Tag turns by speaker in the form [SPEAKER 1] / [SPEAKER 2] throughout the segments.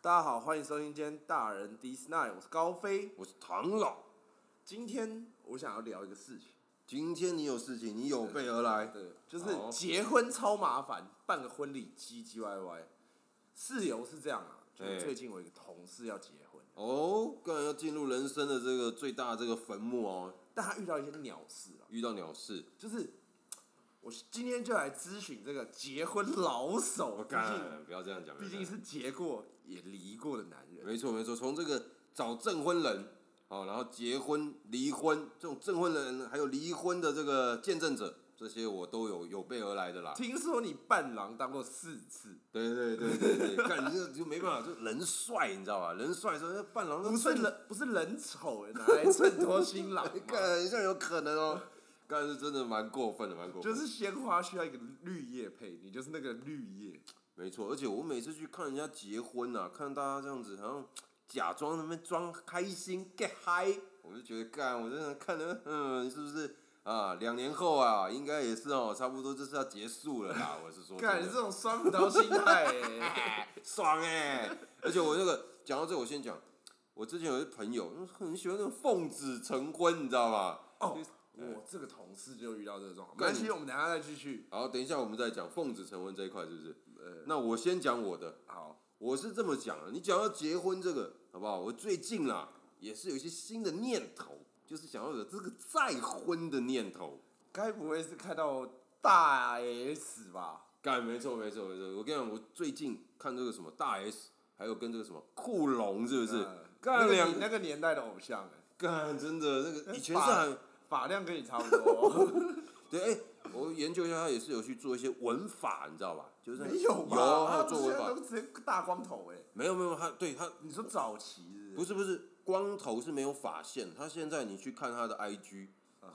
[SPEAKER 1] 大家好，欢迎收听今天大人 D s n i 我是高飞。
[SPEAKER 2] 我是唐老。
[SPEAKER 1] 今天我想要聊一个事情，
[SPEAKER 2] 今天你有事情，你有备而来。
[SPEAKER 1] 对，就是
[SPEAKER 2] 好
[SPEAKER 1] 结婚超麻烦，办个婚礼唧唧歪歪。事由是这样啊，就是
[SPEAKER 2] 哎
[SPEAKER 1] 最近我一个同事要结婚，
[SPEAKER 2] 哦，个人要进入人生的这个最大的这个坟墓哦，
[SPEAKER 1] 但他遇到一些鸟事啊，
[SPEAKER 2] 遇到鸟事，
[SPEAKER 1] 就是我今天就来咨询这个结婚老手，毕竟
[SPEAKER 2] 干，不要这样讲。
[SPEAKER 1] 毕竟是结过也离过的男人，
[SPEAKER 2] 没错没错，从这个找证婚人，哦，然后结婚、离婚这种证婚人，还有离婚的这个见证者，这些我都有有备而来的啦。
[SPEAKER 1] 听说你伴郎当过四次，
[SPEAKER 2] 对对对对对， 干你这就没办法，就人帅，你知道吧？人帅说哎伴郎都
[SPEAKER 1] 不是
[SPEAKER 2] 衬
[SPEAKER 1] 人不是人丑拿来衬托新郎啊吗？
[SPEAKER 2] 哎干像有可能哦，干是真的蛮过分的，蛮过分的。
[SPEAKER 1] 就是鲜花需要一个绿叶配，你就是那个绿叶。
[SPEAKER 2] 没错，而且我每次去看人家结婚啊，看大家这样子，好像假装那边装开心 get high，我就觉得干，我真的看的，嗯，是不是啊？两年后啊，应该也是哦，差不多就是要结束了啦。我是说真的，
[SPEAKER 1] 看你这种酸葡萄心态、欸
[SPEAKER 2] 哎爽哎、而且我这个讲到这，我先讲，我之前有些朋友嗯很喜欢那种奉子成婚，你知道吗？
[SPEAKER 1] 哦
[SPEAKER 2] 就是，
[SPEAKER 1] 我这个同事就遇到这个状况。没
[SPEAKER 2] 干
[SPEAKER 1] 关系，我们等一下再继续。
[SPEAKER 2] 好，等一下我们再讲奉子成婚这一块，是不是？
[SPEAKER 1] 呃，
[SPEAKER 2] 那我先讲我的，
[SPEAKER 1] 好，
[SPEAKER 2] 我是这么讲的，你讲到结婚这个，好不好？我最近啦，也是有一些新的念头，就是想要有这个再婚的念头。
[SPEAKER 1] 该不会是看到大 S 吧？
[SPEAKER 2] 干，没错，没错，没错。我跟你讲，我最近看这个什么大 S，还有跟这个什么库龙，是不是
[SPEAKER 1] 呃？那
[SPEAKER 2] 干
[SPEAKER 1] 个
[SPEAKER 2] 两
[SPEAKER 1] 你那个年代的偶像、哎，
[SPEAKER 2] 干，真的那个以前是
[SPEAKER 1] 法
[SPEAKER 2] 很
[SPEAKER 1] 发量跟你差不多。
[SPEAKER 2] 对，哎、我研究一下，他也是有去做一些文法，你知道吧？就是
[SPEAKER 1] 没 有啊吧？
[SPEAKER 2] 有，还
[SPEAKER 1] 他
[SPEAKER 2] 有
[SPEAKER 1] 不
[SPEAKER 2] 做
[SPEAKER 1] 是
[SPEAKER 2] 文法
[SPEAKER 1] 都。直接大光头哎、
[SPEAKER 2] 没有，没有，他对他
[SPEAKER 1] 你说早期是不
[SPEAKER 2] 不
[SPEAKER 1] 是
[SPEAKER 2] 是不是，光头是没有发线，他现在你去看他的 IG，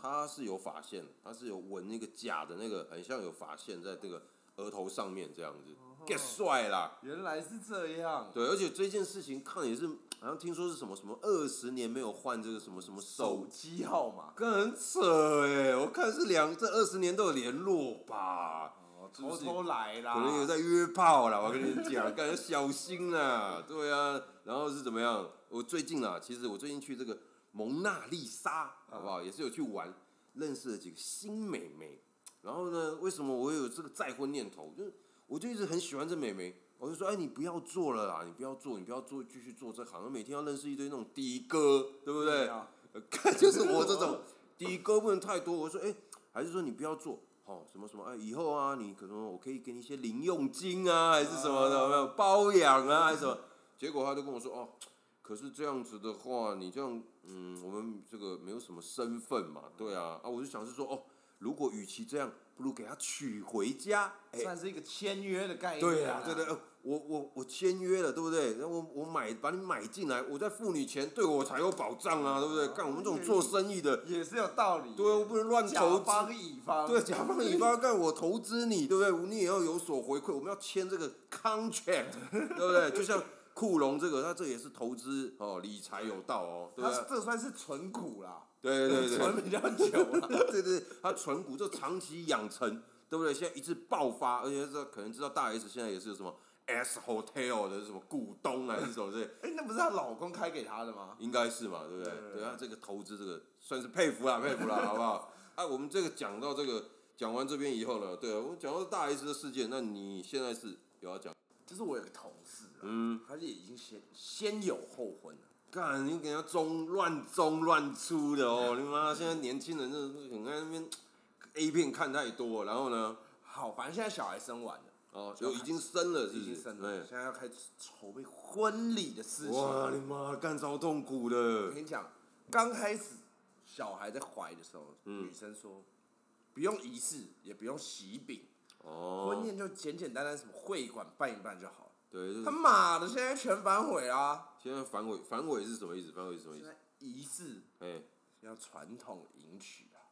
[SPEAKER 2] 他是有发线，他是有纹那个假的那个，很像有发线在这个额头上面这样子，get 帅啦。
[SPEAKER 1] 原来是这样。
[SPEAKER 2] 对，而且这件事情看也是，好像听说是什么什么二十年没有换这个什么什么
[SPEAKER 1] 手
[SPEAKER 2] 手，
[SPEAKER 1] 机号码，
[SPEAKER 2] 跟很扯哎、我看是两这二十年都有联络吧，是不
[SPEAKER 1] 偷
[SPEAKER 2] 是
[SPEAKER 1] 偷来啦。
[SPEAKER 2] 可能有在约炮啦，我跟你讲，感觉小心啦，对啊。 然后是怎么样？我最近啊，其实我最近去这个蒙娜丽
[SPEAKER 1] 啊
[SPEAKER 2] 莎，好不好？也是有去玩，认识了几个新美眉。然后呢，为什么我有这个再婚念头？就是我就一直很喜欢这美眉，我就说，哎，你不要做了啦，你不要做，你不要做，继续做这行，每天要认识一堆那种的哥，对不对？
[SPEAKER 1] 啊
[SPEAKER 2] 看 就是我这种的哥不能太多。我说，哎、还是说你不要做，哦，什么什么，哎，以后啊，你可能我可以给你一些零用金啊，还是什么的，有没有包养啊，还是什么？结果他就跟我说，哦，可是这样子的话，你这样，嗯，我们这个没有什么身份嘛，对啊，啊，我就想是说，哦，如果与其这样，不如给他娶回家，哎、
[SPEAKER 1] 算是一个签约的概念。啊
[SPEAKER 2] 对呀、对对，呃我我我签约了，对不对？然后我我买把你买进来，我在付你钱，对我才有保障啊，对不对？干我们这种做生意的，
[SPEAKER 1] 也是有道理。
[SPEAKER 2] 对，啊我不能乱
[SPEAKER 1] 甲
[SPEAKER 2] 投资，
[SPEAKER 1] 方乙方，
[SPEAKER 2] 对，甲方乙方干我投资你，对不对？你也要有所回馈，我们要签这个 contract，对不对？就像库龙这个，他这也是投资哦，理财有道哦，对不
[SPEAKER 1] 啊他
[SPEAKER 2] 对？
[SPEAKER 1] 这算是纯股啦，
[SPEAKER 2] 对对对，
[SPEAKER 1] 存比较久啦。
[SPEAKER 2] 对对，对他存股就长期养成，对不对？现在一直爆发，而且这可能知道大 S 现在也是有什么 S Hotel 的什么股东啊还是什么之类，
[SPEAKER 1] 哎，那不是她老公开给她的吗？
[SPEAKER 2] 应该是嘛，对不对
[SPEAKER 1] 对对？对
[SPEAKER 2] 对啊，这个投资这个算是佩服啦，佩服啦，好不好？ 啊，我们这个讲到这个，讲完这边以后呢，对啊，我们讲到大 S 的事件，那你现在是有要讲？
[SPEAKER 1] 就是我有个同事啊，
[SPEAKER 2] 嗯，
[SPEAKER 1] 他就已经先先有后婚啊了。
[SPEAKER 2] 干，你给人家中乱中乱出的哦，你妈现在年轻人真的是很爱那边 A 片看太多，然后呢，
[SPEAKER 1] 好，反正现在小孩生完了，
[SPEAKER 2] 哦，有已经生了，是不是？
[SPEAKER 1] 已经生
[SPEAKER 2] 哎
[SPEAKER 1] 了，现在要开始筹备婚礼的事情。
[SPEAKER 2] 哇，你妈干超痛苦
[SPEAKER 1] 我
[SPEAKER 2] 的，
[SPEAKER 1] 跟你讲，刚开始小孩在怀的时候，
[SPEAKER 2] 嗯
[SPEAKER 1] 女生说不用仪式，也不用喜饼，婚
[SPEAKER 2] 哦，
[SPEAKER 1] 宴就简简单单什么会馆办一办就好了。
[SPEAKER 2] 对，就是
[SPEAKER 1] 他妈的，现在全反悔啊！
[SPEAKER 2] 现在反悔，反悔是什么意思？反悔是什么意
[SPEAKER 1] 现
[SPEAKER 2] 思？
[SPEAKER 1] 在仪式
[SPEAKER 2] 哎，
[SPEAKER 1] 要传统迎娶啊，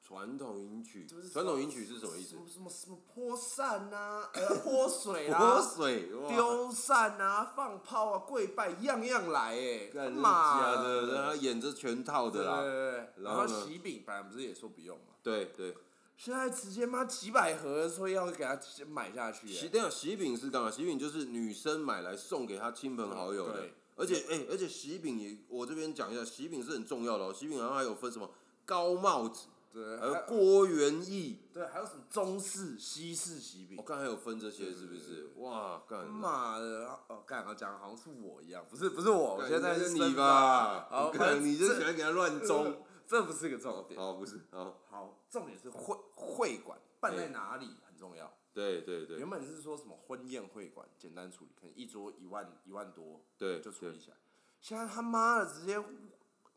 [SPEAKER 2] 传统迎娶
[SPEAKER 1] 就是，
[SPEAKER 2] 传统迎娶是什么意思
[SPEAKER 1] 什？么什么什么泼扇呐、呃，泼水啦、
[SPEAKER 2] 泼水，哇，
[SPEAKER 1] 丢扇啊，放炮啊，跪拜，样样来哎、他
[SPEAKER 2] 干
[SPEAKER 1] 妈
[SPEAKER 2] 假的，让他演这全套
[SPEAKER 1] 对
[SPEAKER 2] 的
[SPEAKER 1] 对
[SPEAKER 2] 啦，
[SPEAKER 1] 对对，然
[SPEAKER 2] 然
[SPEAKER 1] 后
[SPEAKER 2] 后呢
[SPEAKER 1] 喜饼本来不是也说不用吗？
[SPEAKER 2] 对对，
[SPEAKER 1] 现在直接妈几百盒，所以要给他买下去、
[SPEAKER 2] 喜
[SPEAKER 1] 欸。
[SPEAKER 2] 等一下喜饼是干嘛？喜饼就是女生买来送给她亲朋好友的
[SPEAKER 1] 对，
[SPEAKER 2] 而且哎、而且喜饼也我这边讲一下，喜饼是很重要的哦。喜饼好像还有分什么高帽子，
[SPEAKER 1] 对，
[SPEAKER 2] 还
[SPEAKER 1] 还
[SPEAKER 2] 有
[SPEAKER 1] 有
[SPEAKER 2] 郭元义，
[SPEAKER 1] 对，还有什么中式、西式喜饼
[SPEAKER 2] 我？看还有分这些是不是？哇，干
[SPEAKER 1] 妈的，哦，干，我讲的好像是我一样，不是不是我，我
[SPEAKER 2] 干
[SPEAKER 1] 现在
[SPEAKER 2] 应该
[SPEAKER 1] 是
[SPEAKER 2] 是
[SPEAKER 1] 生啊
[SPEAKER 2] 你？吧？
[SPEAKER 1] 好
[SPEAKER 2] 干
[SPEAKER 1] 反正
[SPEAKER 2] 你就
[SPEAKER 1] 这
[SPEAKER 2] 喜欢给他 乱中。
[SPEAKER 1] 这不是个重点。
[SPEAKER 2] 哦，不是，哦，
[SPEAKER 1] 好，重点是会会馆办在哪里很重要。
[SPEAKER 2] 对对对
[SPEAKER 1] 原本是说什么婚宴会馆，简单处理，可能一桌一万一万多
[SPEAKER 2] 对，
[SPEAKER 1] 就处
[SPEAKER 2] 对
[SPEAKER 1] 理起来。现在他妈的直接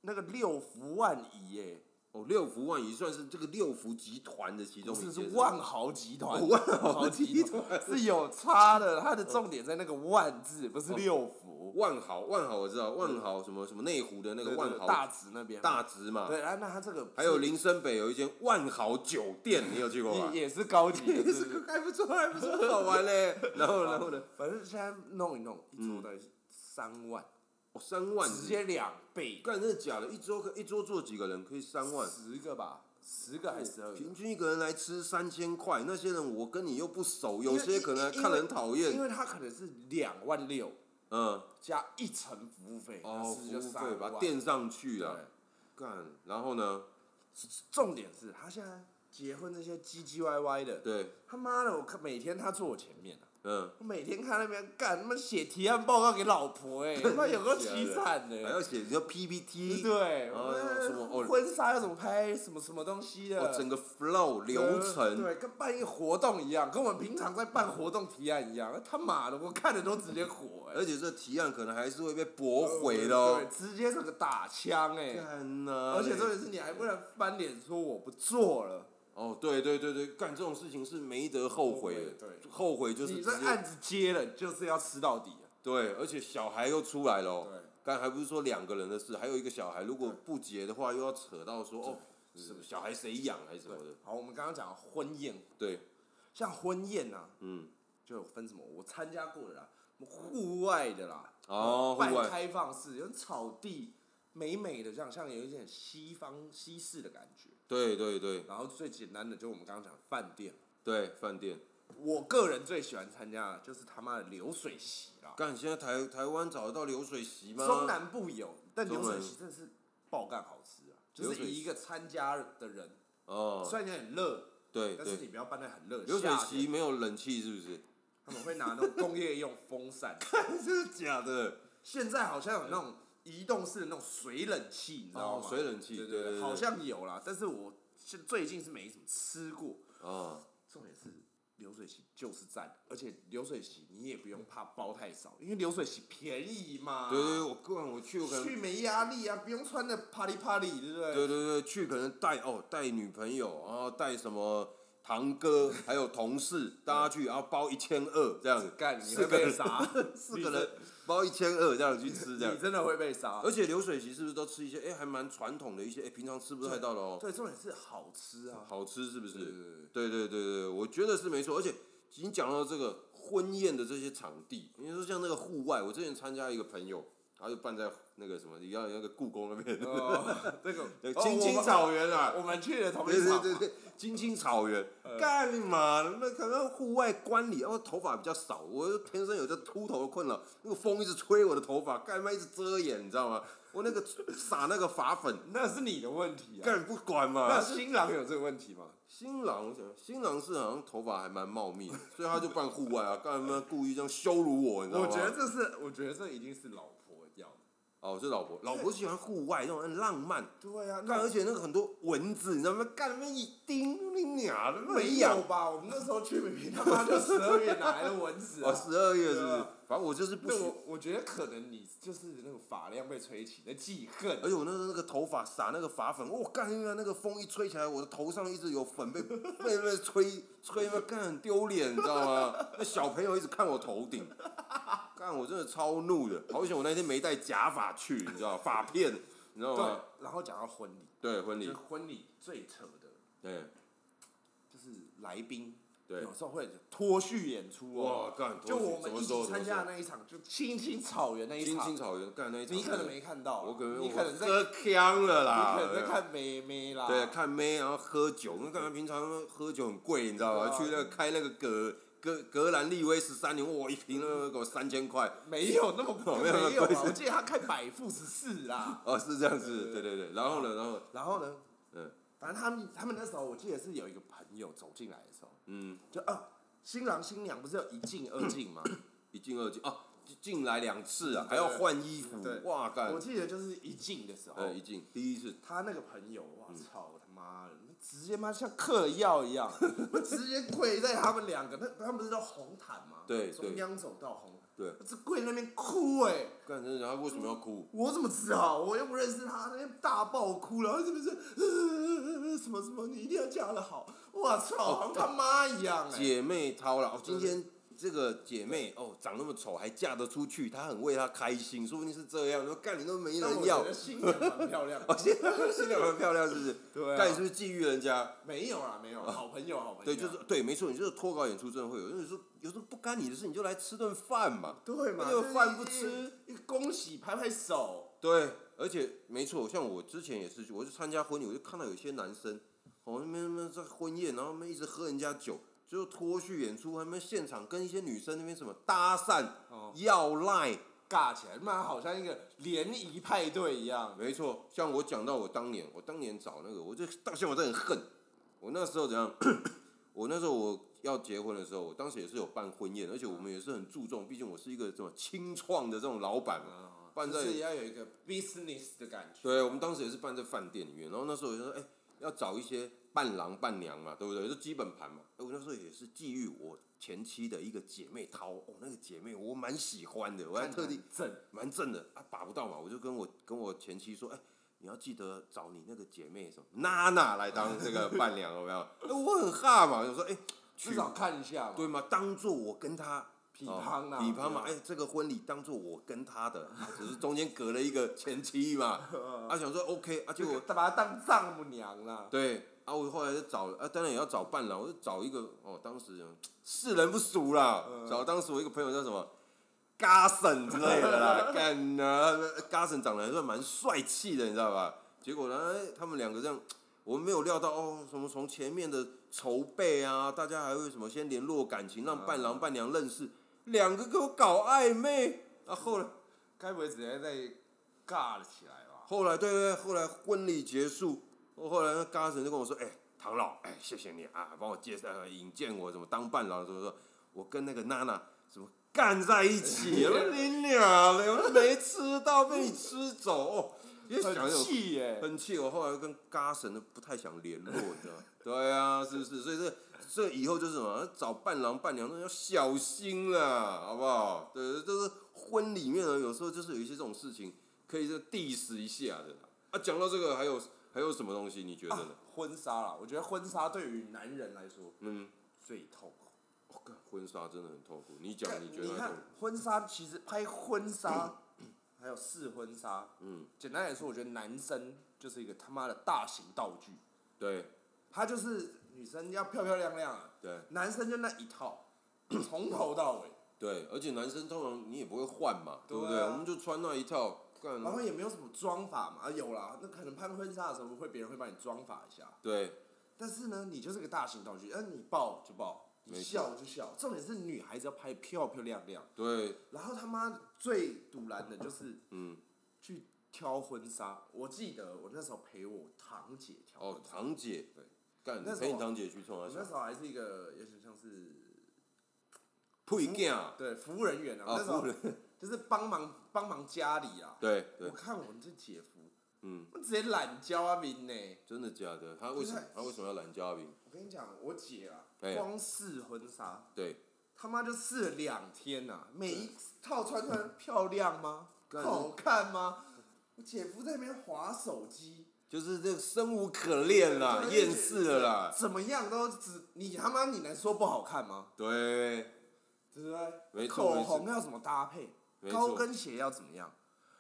[SPEAKER 1] 那个六福万怡耶、
[SPEAKER 2] 哦，六福万怡算是这个六福集团的其中
[SPEAKER 1] 不
[SPEAKER 2] 一
[SPEAKER 1] 是
[SPEAKER 2] 件，
[SPEAKER 1] 是
[SPEAKER 2] 吧
[SPEAKER 1] 万豪集团，
[SPEAKER 2] 哦 万
[SPEAKER 1] 豪集团 是有差的，它的重点在那个万字，不是六福。
[SPEAKER 2] 万豪，万豪我知道，万豪什么什么内湖的那个
[SPEAKER 1] 对对
[SPEAKER 2] 万
[SPEAKER 1] 对
[SPEAKER 2] 豪
[SPEAKER 1] 大直那边嘛，
[SPEAKER 2] 大直嘛，
[SPEAKER 1] 对啊，那它这个
[SPEAKER 2] 还有林森北有一间万豪酒店，你有去过吗？
[SPEAKER 1] 也也是高级的，是不
[SPEAKER 2] 个还不错，还不错，好 玩嘞。 然后，然后呢？
[SPEAKER 1] 反正现在弄一弄，一桌的三万，
[SPEAKER 2] 哦，三万
[SPEAKER 1] 直接两倍，
[SPEAKER 2] 干，真的假的？一桌可一桌坐几个人？可以三万，哦
[SPEAKER 1] 十个吧，十个还是十二个？
[SPEAKER 2] 平均一个人来吃三千块。那些人我跟你又不熟，
[SPEAKER 1] 因
[SPEAKER 2] 有
[SPEAKER 1] 为
[SPEAKER 2] 些可能还
[SPEAKER 1] 因为
[SPEAKER 2] 看人讨
[SPEAKER 1] 因
[SPEAKER 2] 厌。
[SPEAKER 1] 为它可能是两万六
[SPEAKER 2] 嗯，
[SPEAKER 1] 加一层服务费，那
[SPEAKER 2] 哦，
[SPEAKER 1] 是不是
[SPEAKER 2] 服
[SPEAKER 1] 就
[SPEAKER 2] 务费
[SPEAKER 1] 三
[SPEAKER 2] 把它
[SPEAKER 1] 万。
[SPEAKER 2] 垫上去
[SPEAKER 1] 对
[SPEAKER 2] 了。干，然后呢？
[SPEAKER 1] 重点是他现在结婚那些唧唧歪歪的，
[SPEAKER 2] 对，
[SPEAKER 1] 他妈的，我看每天他坐我前面啊，
[SPEAKER 2] 嗯，
[SPEAKER 1] 我每天看那边干他妈写提案报告给老婆 哎、欸，他妈有个凄惨的、
[SPEAKER 2] 还要写你要 PPT，
[SPEAKER 1] 对，啊
[SPEAKER 2] 然后
[SPEAKER 1] 那
[SPEAKER 2] 什么哦
[SPEAKER 1] 婚纱要怎么拍，什么什么东西的，
[SPEAKER 2] 哦，整个 flow 流程，
[SPEAKER 1] 对，跟办一个活动一样，跟我们平常在办活动提案一样，他妈的，我看的都直接火哎、
[SPEAKER 2] 而且这提案可能还是会被驳回的哦
[SPEAKER 1] 对，。直接整个打枪哎、
[SPEAKER 2] 干呐
[SPEAKER 1] 而且重
[SPEAKER 2] 嘞
[SPEAKER 1] 点是你还不能翻脸说我不做了，
[SPEAKER 2] 哦，对对对对，干这种事情是没得后悔的，
[SPEAKER 1] 后悔对
[SPEAKER 2] 后悔就是
[SPEAKER 1] 你
[SPEAKER 2] 直
[SPEAKER 1] 这
[SPEAKER 2] 接
[SPEAKER 1] 案子接了就是要吃到底啊。
[SPEAKER 2] 对，而且小孩又出来了、哦
[SPEAKER 1] 对，
[SPEAKER 2] 干还不是说两个人的事，还有一个小孩，如果不结的话，又要扯到说哦，什么小孩谁养还是什么的，
[SPEAKER 1] 好，我们刚刚讲的婚宴，
[SPEAKER 2] 对，
[SPEAKER 1] 像婚宴啊，
[SPEAKER 2] 嗯，
[SPEAKER 1] 就有分什么，我参加过的啦，什么户外的啦，
[SPEAKER 2] 哦，户
[SPEAKER 1] 半
[SPEAKER 2] 外，
[SPEAKER 1] 开放式，有草地，美美的这样，像有一点西方西式的感觉。
[SPEAKER 2] 对对对
[SPEAKER 1] 然后最简单的就是我们刚刚讲的饭店，
[SPEAKER 2] 对，饭店，
[SPEAKER 1] 我个人最喜欢参加的就是他妈的流水席啦，
[SPEAKER 2] 干现在台台湾找得到流水席吗？
[SPEAKER 1] 中南部有，但
[SPEAKER 2] 中
[SPEAKER 1] 流
[SPEAKER 2] 南
[SPEAKER 1] 水席真的是爆干好吃啊，就
[SPEAKER 2] 流
[SPEAKER 1] 是
[SPEAKER 2] 水
[SPEAKER 1] 以一个参加的人，
[SPEAKER 2] 哦，
[SPEAKER 1] 虽然你很热，
[SPEAKER 2] 对
[SPEAKER 1] 但是
[SPEAKER 2] 对，
[SPEAKER 1] 你不要办在很热，
[SPEAKER 2] 流水
[SPEAKER 1] 夏
[SPEAKER 2] 席
[SPEAKER 1] 天
[SPEAKER 2] 没有冷气是不是？
[SPEAKER 1] 他们会拿那种工业用风 扇，
[SPEAKER 2] 真的假的？
[SPEAKER 1] 现在好像有那种移动式的那种水冷气，你知道吗？
[SPEAKER 2] 哦水冷气
[SPEAKER 1] 对
[SPEAKER 2] 对对
[SPEAKER 1] 对，
[SPEAKER 2] 对
[SPEAKER 1] 好像有啦，但是我是最近是没怎么吃过。
[SPEAKER 2] 哦，
[SPEAKER 1] 重点是流水席就是赞，而且流水席你也不用怕包太少，因为流水席便宜嘛。
[SPEAKER 2] 对对对，我个人我去我可能
[SPEAKER 1] 去没压力啊，不用穿的啪里啪里，对不对？
[SPEAKER 2] 对对对，去可能带哦带女朋友，然后带什么堂哥，还有同事，大家去，然后包一千二这样子，
[SPEAKER 1] 干你
[SPEAKER 2] 四
[SPEAKER 1] 会
[SPEAKER 2] 个
[SPEAKER 1] 被
[SPEAKER 2] 人
[SPEAKER 1] 杀，
[SPEAKER 2] 四个人包一千二这样去吃
[SPEAKER 1] 你
[SPEAKER 2] 这
[SPEAKER 1] 真，
[SPEAKER 2] 样
[SPEAKER 1] 你。真的会被杀。
[SPEAKER 2] 而且流水席是不是都吃一些？哎，还蛮传统的一些，哎，平常吃不太到的哦，
[SPEAKER 1] 对，重点是好吃 啊。
[SPEAKER 2] 好吃是不
[SPEAKER 1] 对对
[SPEAKER 2] 是？
[SPEAKER 1] 对
[SPEAKER 2] 对对对对，我觉得是没错。而且已经讲到这个婚宴的这些场地，你说像那个户外，我之前参加一个朋友，他就办在那个什么，一样那个故宫那边，
[SPEAKER 1] 对，哦，这个
[SPEAKER 2] 对
[SPEAKER 1] 哦
[SPEAKER 2] 青青
[SPEAKER 1] 我们
[SPEAKER 2] 草原啊，
[SPEAKER 1] 我们去的同一
[SPEAKER 2] 对
[SPEAKER 1] 场
[SPEAKER 2] 对
[SPEAKER 1] 嘛，
[SPEAKER 2] 对对，青青草原
[SPEAKER 1] 呃，
[SPEAKER 2] 干嘛？那可能户外观礼，哦，头发比较少，我又天生有这秃头的困扰，那个风一直吹我的头发，干嘛一直遮掩，你知道吗？我那个撒那个 发粉，
[SPEAKER 1] 那是你的问题啊。
[SPEAKER 2] 干不
[SPEAKER 1] 那
[SPEAKER 2] 管嘛。
[SPEAKER 1] 新郎有这个问题吗？
[SPEAKER 2] 新郎，我想新郎是好像头发还蛮茂密的，所以他就办户外啊，干嘛故意这样羞辱我，你知道
[SPEAKER 1] 我
[SPEAKER 2] 吗？
[SPEAKER 1] 觉得这是，我觉得这一定是老婆要的。
[SPEAKER 2] 哦，是老婆，老婆喜欢户外那种很浪漫。
[SPEAKER 1] 对啊，
[SPEAKER 2] 干，而且那个很多蚊子，你知道吗？干那么一叮，你娘的
[SPEAKER 1] 没
[SPEAKER 2] 痒
[SPEAKER 1] 有吧？我们那时候去明明他妈就十二月哪来的蚊子
[SPEAKER 2] 哦，
[SPEAKER 1] 啊？
[SPEAKER 2] 十二月是不
[SPEAKER 1] 对
[SPEAKER 2] 是
[SPEAKER 1] 啊？
[SPEAKER 2] 反正我就是不
[SPEAKER 1] 那
[SPEAKER 2] 喜，
[SPEAKER 1] 我我觉得可能你就是那种发量被吹起，那记恨
[SPEAKER 2] 而且我那时候那个头发撒那个发粉，我、干，因为那个风一吹起来，我的头上一直有粉被 被被吹吹，那干很丢脸，你知道吗？那小朋友一直看我头顶，干我真的超怒的，好险我那天没带假发去，你知道吗发片，你知道
[SPEAKER 1] 对
[SPEAKER 2] 吗？，
[SPEAKER 1] 然后讲到婚礼，
[SPEAKER 2] 对，婚
[SPEAKER 1] 就
[SPEAKER 2] 礼
[SPEAKER 1] 是，婚礼最扯的
[SPEAKER 2] 对
[SPEAKER 1] 就是来宾，
[SPEAKER 2] 对
[SPEAKER 1] 有时候会脱序演出
[SPEAKER 2] 哇
[SPEAKER 1] 哦。
[SPEAKER 2] 干，
[SPEAKER 1] 就
[SPEAKER 2] 多
[SPEAKER 1] 我
[SPEAKER 2] 怎
[SPEAKER 1] 们
[SPEAKER 2] 么
[SPEAKER 1] 一
[SPEAKER 2] 说
[SPEAKER 1] 起参加的那一场，就青青草原那一
[SPEAKER 2] 青
[SPEAKER 1] 场
[SPEAKER 2] 青，草原干那一场，
[SPEAKER 1] 你可能没看到，啊
[SPEAKER 2] 我可能
[SPEAKER 1] 你可能在，你
[SPEAKER 2] 喝呛了啦，
[SPEAKER 1] 可能在看妹妹啦，
[SPEAKER 2] 对，看妹，然后喝酒，那干嘛平常喝酒很贵，你知道吗？
[SPEAKER 1] 对啊
[SPEAKER 2] 去那个开那个格格格兰利威十三年，哇，一瓶那个给我三千块，
[SPEAKER 1] 没有那么
[SPEAKER 2] 没有那么
[SPEAKER 1] 没有
[SPEAKER 2] 贵
[SPEAKER 1] 啊，我记得他开百富十四啦。
[SPEAKER 2] 哦，是这样子，对
[SPEAKER 1] 对啊
[SPEAKER 2] 对对，然后呢，然后
[SPEAKER 1] 然后呢，
[SPEAKER 2] 嗯
[SPEAKER 1] 反正他们他们那时候，我记得是有一个朋友走进来的时候，
[SPEAKER 2] 嗯，
[SPEAKER 1] 就啊，新郎新娘不是有一进二进吗？
[SPEAKER 2] 一进二进哦，进进来两次啊，
[SPEAKER 1] 嗯
[SPEAKER 2] 还
[SPEAKER 1] 对
[SPEAKER 2] 要换衣服
[SPEAKER 1] 对，
[SPEAKER 2] 哇干
[SPEAKER 1] 我，记得就是一进的时候，
[SPEAKER 2] 呃，一进第一次，
[SPEAKER 1] 他那个朋友，哇操他妈的，直接妈像嗑药一 样，直接跪在他们两个，那他们不是叫红毯吗？
[SPEAKER 2] 对
[SPEAKER 1] 中央走道红毯，
[SPEAKER 2] 对，
[SPEAKER 1] 这跪那边哭哎、
[SPEAKER 2] 干，真的，他为什么要哭？
[SPEAKER 1] 我怎么知道？我又不认识他，那边大爆哭，然后是不是呃什么什么？你一定要嫁得好，我
[SPEAKER 2] 哦
[SPEAKER 1] 操，好像他妈一样哎、
[SPEAKER 2] 姐妹掏了，哦，今
[SPEAKER 1] 对
[SPEAKER 2] 天这个姐妹哦长那么丑还嫁得出去，她很为她开心，说不定是这样。说干你都没
[SPEAKER 1] 但
[SPEAKER 2] 人
[SPEAKER 1] 我
[SPEAKER 2] 要
[SPEAKER 1] 觉，得新娘蛮漂亮的，
[SPEAKER 2] 哦，现在新娘很漂亮是不是？
[SPEAKER 1] 对啊
[SPEAKER 2] 干你是不是觊觎人家？
[SPEAKER 1] 没有啦，没有，好朋友，好朋友，
[SPEAKER 2] 对，就是对，没错，你就是脱稿演出真的会有，因为有时候有时候不干你的事，你就来吃顿饭嘛。
[SPEAKER 1] 对嘛，
[SPEAKER 2] 那个饭不
[SPEAKER 1] 就是
[SPEAKER 2] 吃，
[SPEAKER 1] 一个恭喜，拍拍手，
[SPEAKER 2] 对，而且没错，像我之前也是，我去参加婚礼，我就看到有些男生，哦，那边那边在婚宴，然后他们一直喝人家酒，就脱序演出，他们现场跟一些女生那边什么搭讪、
[SPEAKER 1] 哦
[SPEAKER 2] 要赖，
[SPEAKER 1] 尬起来，妈好像一个联谊派对一样。
[SPEAKER 2] 没错，像我讲到我当年，我当年找那个，我就到现在我都很恨。我那时候怎样？ 我那时候我要结婚的时候，我当时也是有办婚宴，而且我们也是很注重，毕竟我是一个什么清创的这种老板嘛。办在
[SPEAKER 1] 就是要有一个 business 的感觉。
[SPEAKER 2] 对，我们当时也是办在饭店里面，然后那时候我就说，哎、要找一些伴郎伴娘嘛，对不对？就基本盘嘛。哎我那时候也是觊觎我前妻的一个姐妹淘，哦，那个姐妹我蛮喜欢的，我还
[SPEAKER 1] 看
[SPEAKER 2] 特地
[SPEAKER 1] 正
[SPEAKER 2] 蛮正的啊，把不到嘛，我就跟我跟我前妻说，哎、你要记得找你那个姐妹什么娜娜来当这个伴娘，有没有？ 哎、我很哈嘛，我说，哎、
[SPEAKER 1] 至少看一下嘛。
[SPEAKER 2] 对嘛，当做我跟她
[SPEAKER 1] 匹乓啊
[SPEAKER 2] 哦匹乓嘛，哎、
[SPEAKER 1] 对
[SPEAKER 2] 这个婚礼当做我跟她的，只是中间隔了一个前 妻嘛，啊，想说 OK，啊，结
[SPEAKER 1] 就
[SPEAKER 2] 果
[SPEAKER 1] 我把她当丈母娘啦。
[SPEAKER 2] 对啊，我后来就找了啊，当然也要找伴郎，我就找一个哦，当时嗯世人不熟啦，找当时我一个朋友叫什么 Garson 之类的啦，干啊，Garson 长得还算蛮帅气的，你知道吧？结果呢，哎他们两个这样，我们没有料到哦，什么从前面的筹备啊，大家还会什么先联络感情，让伴郎伴娘认识，两个给我搞暧昧啊，后来。
[SPEAKER 1] 该不会直接在尬了起来吧？
[SPEAKER 2] 后来对对，对后来婚礼结束，我后来那嘎神就跟我说：“哎、唐老，哎、谢谢你啊，帮我介绍、引荐我怎么当伴郎，怎么说，我跟那个娜娜怎么干在一起，我说你俩嘞，我没吃到被你吃走，哦，也想
[SPEAKER 1] 很
[SPEAKER 2] 有
[SPEAKER 1] 气耶！
[SPEAKER 2] 很气，我后来跟嘎神都不太想联络，你 知道吗？对啊，是不是？所以这这以后就是什么，找伴郎伴娘都要小心了，好不好？对，就是婚里面呢，有时候就是有一些这种事情，可以就 diss 一下的啦。啊，讲到这个，还有还有什么东西？你觉得呢？
[SPEAKER 1] 婚纱啦，我觉得婚纱对于男人来说
[SPEAKER 2] 嗯，
[SPEAKER 1] 最痛苦。
[SPEAKER 2] 我、干婚纱真的很痛苦。你讲，你觉得
[SPEAKER 1] 你
[SPEAKER 2] 还
[SPEAKER 1] 看
[SPEAKER 2] 痛苦？
[SPEAKER 1] 婚纱，其实拍婚纱，还有试婚纱，
[SPEAKER 2] 嗯，
[SPEAKER 1] 简单来说，我觉得男生就是一个他妈的大型道具，
[SPEAKER 2] 对
[SPEAKER 1] 他就是女生要漂漂亮亮啊，
[SPEAKER 2] 对
[SPEAKER 1] 男生就那一套，从头到尾，
[SPEAKER 2] 对，而且男生通常你也不会换嘛，对不
[SPEAKER 1] 对
[SPEAKER 2] 对？
[SPEAKER 1] 啊
[SPEAKER 2] 我们就穿那一套，干
[SPEAKER 1] 然后也没有什么妆法嘛，啊有啦，那可能拍婚纱的时候会别人会帮你妆法一下，
[SPEAKER 2] 对
[SPEAKER 1] 但是呢，你就是个大型道具，那、你抱就抱，你
[SPEAKER 2] 没错
[SPEAKER 1] 笑就笑，重点是女孩子要拍得漂漂亮亮，
[SPEAKER 2] 对，
[SPEAKER 1] 然后他妈最堵拦的就是
[SPEAKER 2] 嗯。
[SPEAKER 1] 去挑婚纱，我记得我那时候陪我堂姐挑婚
[SPEAKER 2] 哦，
[SPEAKER 1] 纱，
[SPEAKER 2] 堂姐，
[SPEAKER 1] 对，
[SPEAKER 2] 干
[SPEAKER 1] 那时候
[SPEAKER 2] 陪你堂姐去冲
[SPEAKER 1] 我
[SPEAKER 2] 啊
[SPEAKER 1] 那
[SPEAKER 2] 小，
[SPEAKER 1] 时候还是一个有点像是
[SPEAKER 2] 配件啊，
[SPEAKER 1] 对服务人员啊，
[SPEAKER 2] 啊
[SPEAKER 1] 那时候
[SPEAKER 2] 服务
[SPEAKER 1] 就是帮忙帮忙家里啊，
[SPEAKER 2] 对对
[SPEAKER 1] 我，看我们这姐夫，
[SPEAKER 2] 嗯，
[SPEAKER 1] 我直接懒教阿明呢、
[SPEAKER 2] 真的假的？他为什么
[SPEAKER 1] 不是
[SPEAKER 2] 他为什么要揽嘉宾？
[SPEAKER 1] 我跟你讲，我姐啊，
[SPEAKER 2] 哎
[SPEAKER 1] 光试婚纱，
[SPEAKER 2] 对，
[SPEAKER 1] 他妈就试了两天呐、每一套穿出来漂亮吗？
[SPEAKER 2] 干
[SPEAKER 1] 好看吗？我姐夫在那边划手机，
[SPEAKER 2] 就是这个生无可恋啦，
[SPEAKER 1] 对
[SPEAKER 2] 厌世了啦，
[SPEAKER 1] 怎么样都只你他妈你能说不好看吗？
[SPEAKER 2] 对，
[SPEAKER 1] 对不对？
[SPEAKER 2] 没错
[SPEAKER 1] 口红要怎么搭配
[SPEAKER 2] 没？错
[SPEAKER 1] 高跟鞋要怎么样？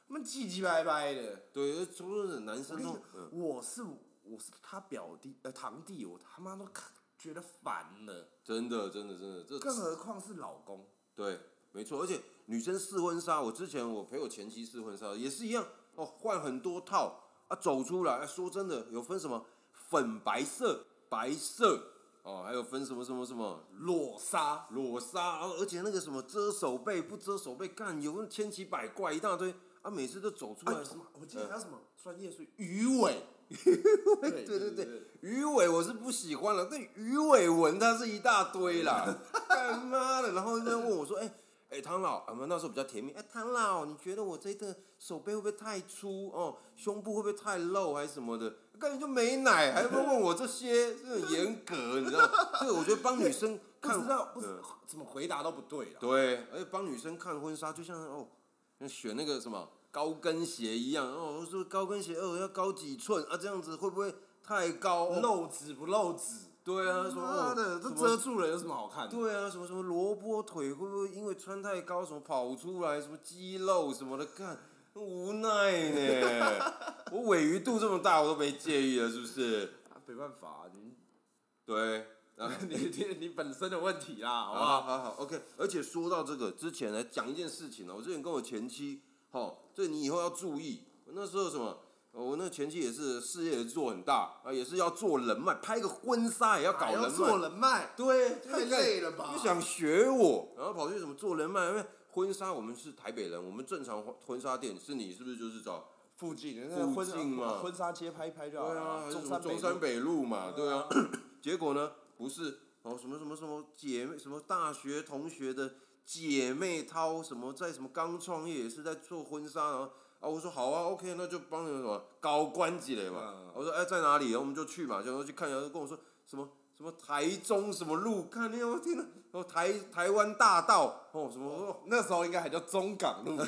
[SPEAKER 1] 他们唧唧歪歪的。
[SPEAKER 2] 对，除了男
[SPEAKER 1] 我
[SPEAKER 2] 生
[SPEAKER 1] 跟你
[SPEAKER 2] 都
[SPEAKER 1] 讲，
[SPEAKER 2] 嗯
[SPEAKER 1] 我是我是他表弟呃堂弟，我他妈都看觉得烦了，
[SPEAKER 2] 真的真的真的，这
[SPEAKER 1] 更何况是老公。
[SPEAKER 2] 对，没错，而且女生试婚纱，我之前我陪我前妻试婚纱也是一样哦，换很多套啊，走出来、啊说真的，有分什么粉白色、白色哦，还有分什么什么什么
[SPEAKER 1] 裸杀，
[SPEAKER 2] 裸纱，然后而且那个什么遮手背不遮手背，干有千奇百怪一大堆啊，每次都走出
[SPEAKER 1] 哎
[SPEAKER 2] 来，
[SPEAKER 1] 什
[SPEAKER 2] 什么
[SPEAKER 1] 么？我记得还有什么专业术语，鱼尾。对
[SPEAKER 2] 对
[SPEAKER 1] 对
[SPEAKER 2] 对对，鱼尾我是不喜欢了，但鱼尾纹它是一大堆 啦，干妈的。然后在问我说：“哎、 哎、唐老，我们那时候比较甜蜜。哎、唐老，你觉得我这个手背会不会太粗哦？胸部会不会太露还是什么的？根本就没奶，还会问我这些，这很严格，你知 道？这个我觉得帮女生
[SPEAKER 1] 不
[SPEAKER 2] 看
[SPEAKER 1] 知道不知
[SPEAKER 2] 嗯
[SPEAKER 1] 怎么回答都不对了。
[SPEAKER 2] 对，而且帮女生看婚纱，就像哦，像选那个什么高跟鞋一样哦，我说高跟鞋哦要高几寸啊，这样子会不会太高？哦
[SPEAKER 1] 露脂不露脂？
[SPEAKER 2] 对啊，说
[SPEAKER 1] 妈
[SPEAKER 2] 哦
[SPEAKER 1] 的，这
[SPEAKER 2] 什么
[SPEAKER 1] 遮住了有什么好看的？
[SPEAKER 2] 对啊，什么什么萝卜腿会不会因为穿太高什么跑出来什么肌肉什么的，干无奈呢。 我尾鱼肚这么大，我都没介意了，是不是？
[SPEAKER 1] 啊没办法，你
[SPEAKER 2] 对，啊
[SPEAKER 1] 你你你本身的问题啦，好不
[SPEAKER 2] 好好
[SPEAKER 1] 好？
[SPEAKER 2] 好好，OK。而且说到这个之前呢，讲一件事情哦呢，我之前跟我前妻，哦，这你以后要注意。我那时候什么，呃我那前妻也是事业也做很大啊，也是要做人脉，拍个婚纱也要搞
[SPEAKER 1] 还啊
[SPEAKER 2] 人
[SPEAKER 1] 要
[SPEAKER 2] 脉，
[SPEAKER 1] 做人脉，
[SPEAKER 2] 对，
[SPEAKER 1] 太累了吧
[SPEAKER 2] 就想学我，然后跑去什么做人脉，因为婚纱我们是台北人，我们正常婚婚纱店是你是不是就是找
[SPEAKER 1] 附近
[SPEAKER 2] 那个婚纱
[SPEAKER 1] 婚纱街拍一拍就好
[SPEAKER 2] 对啊，
[SPEAKER 1] 了。
[SPEAKER 2] 还是什么
[SPEAKER 1] 山
[SPEAKER 2] 中
[SPEAKER 1] 哦中
[SPEAKER 2] 山北路嘛，对啊
[SPEAKER 1] 啊，
[SPEAKER 2] 结果呢不是哦什么什么什么姐妹什么大学同学的姐妹淘什么在什么刚创业也是在做婚纱，然后啊我说好啊 OK 那就帮你们什么高官几嘞嘛，
[SPEAKER 1] 嗯
[SPEAKER 2] 我说哎在哪里，然后我们就去嘛，然后去看，然后跟我说什么。什么台中什么路？看你我天哪！哦，台台湾大道哦，什么哦
[SPEAKER 1] 那时候应该还叫中港路啦。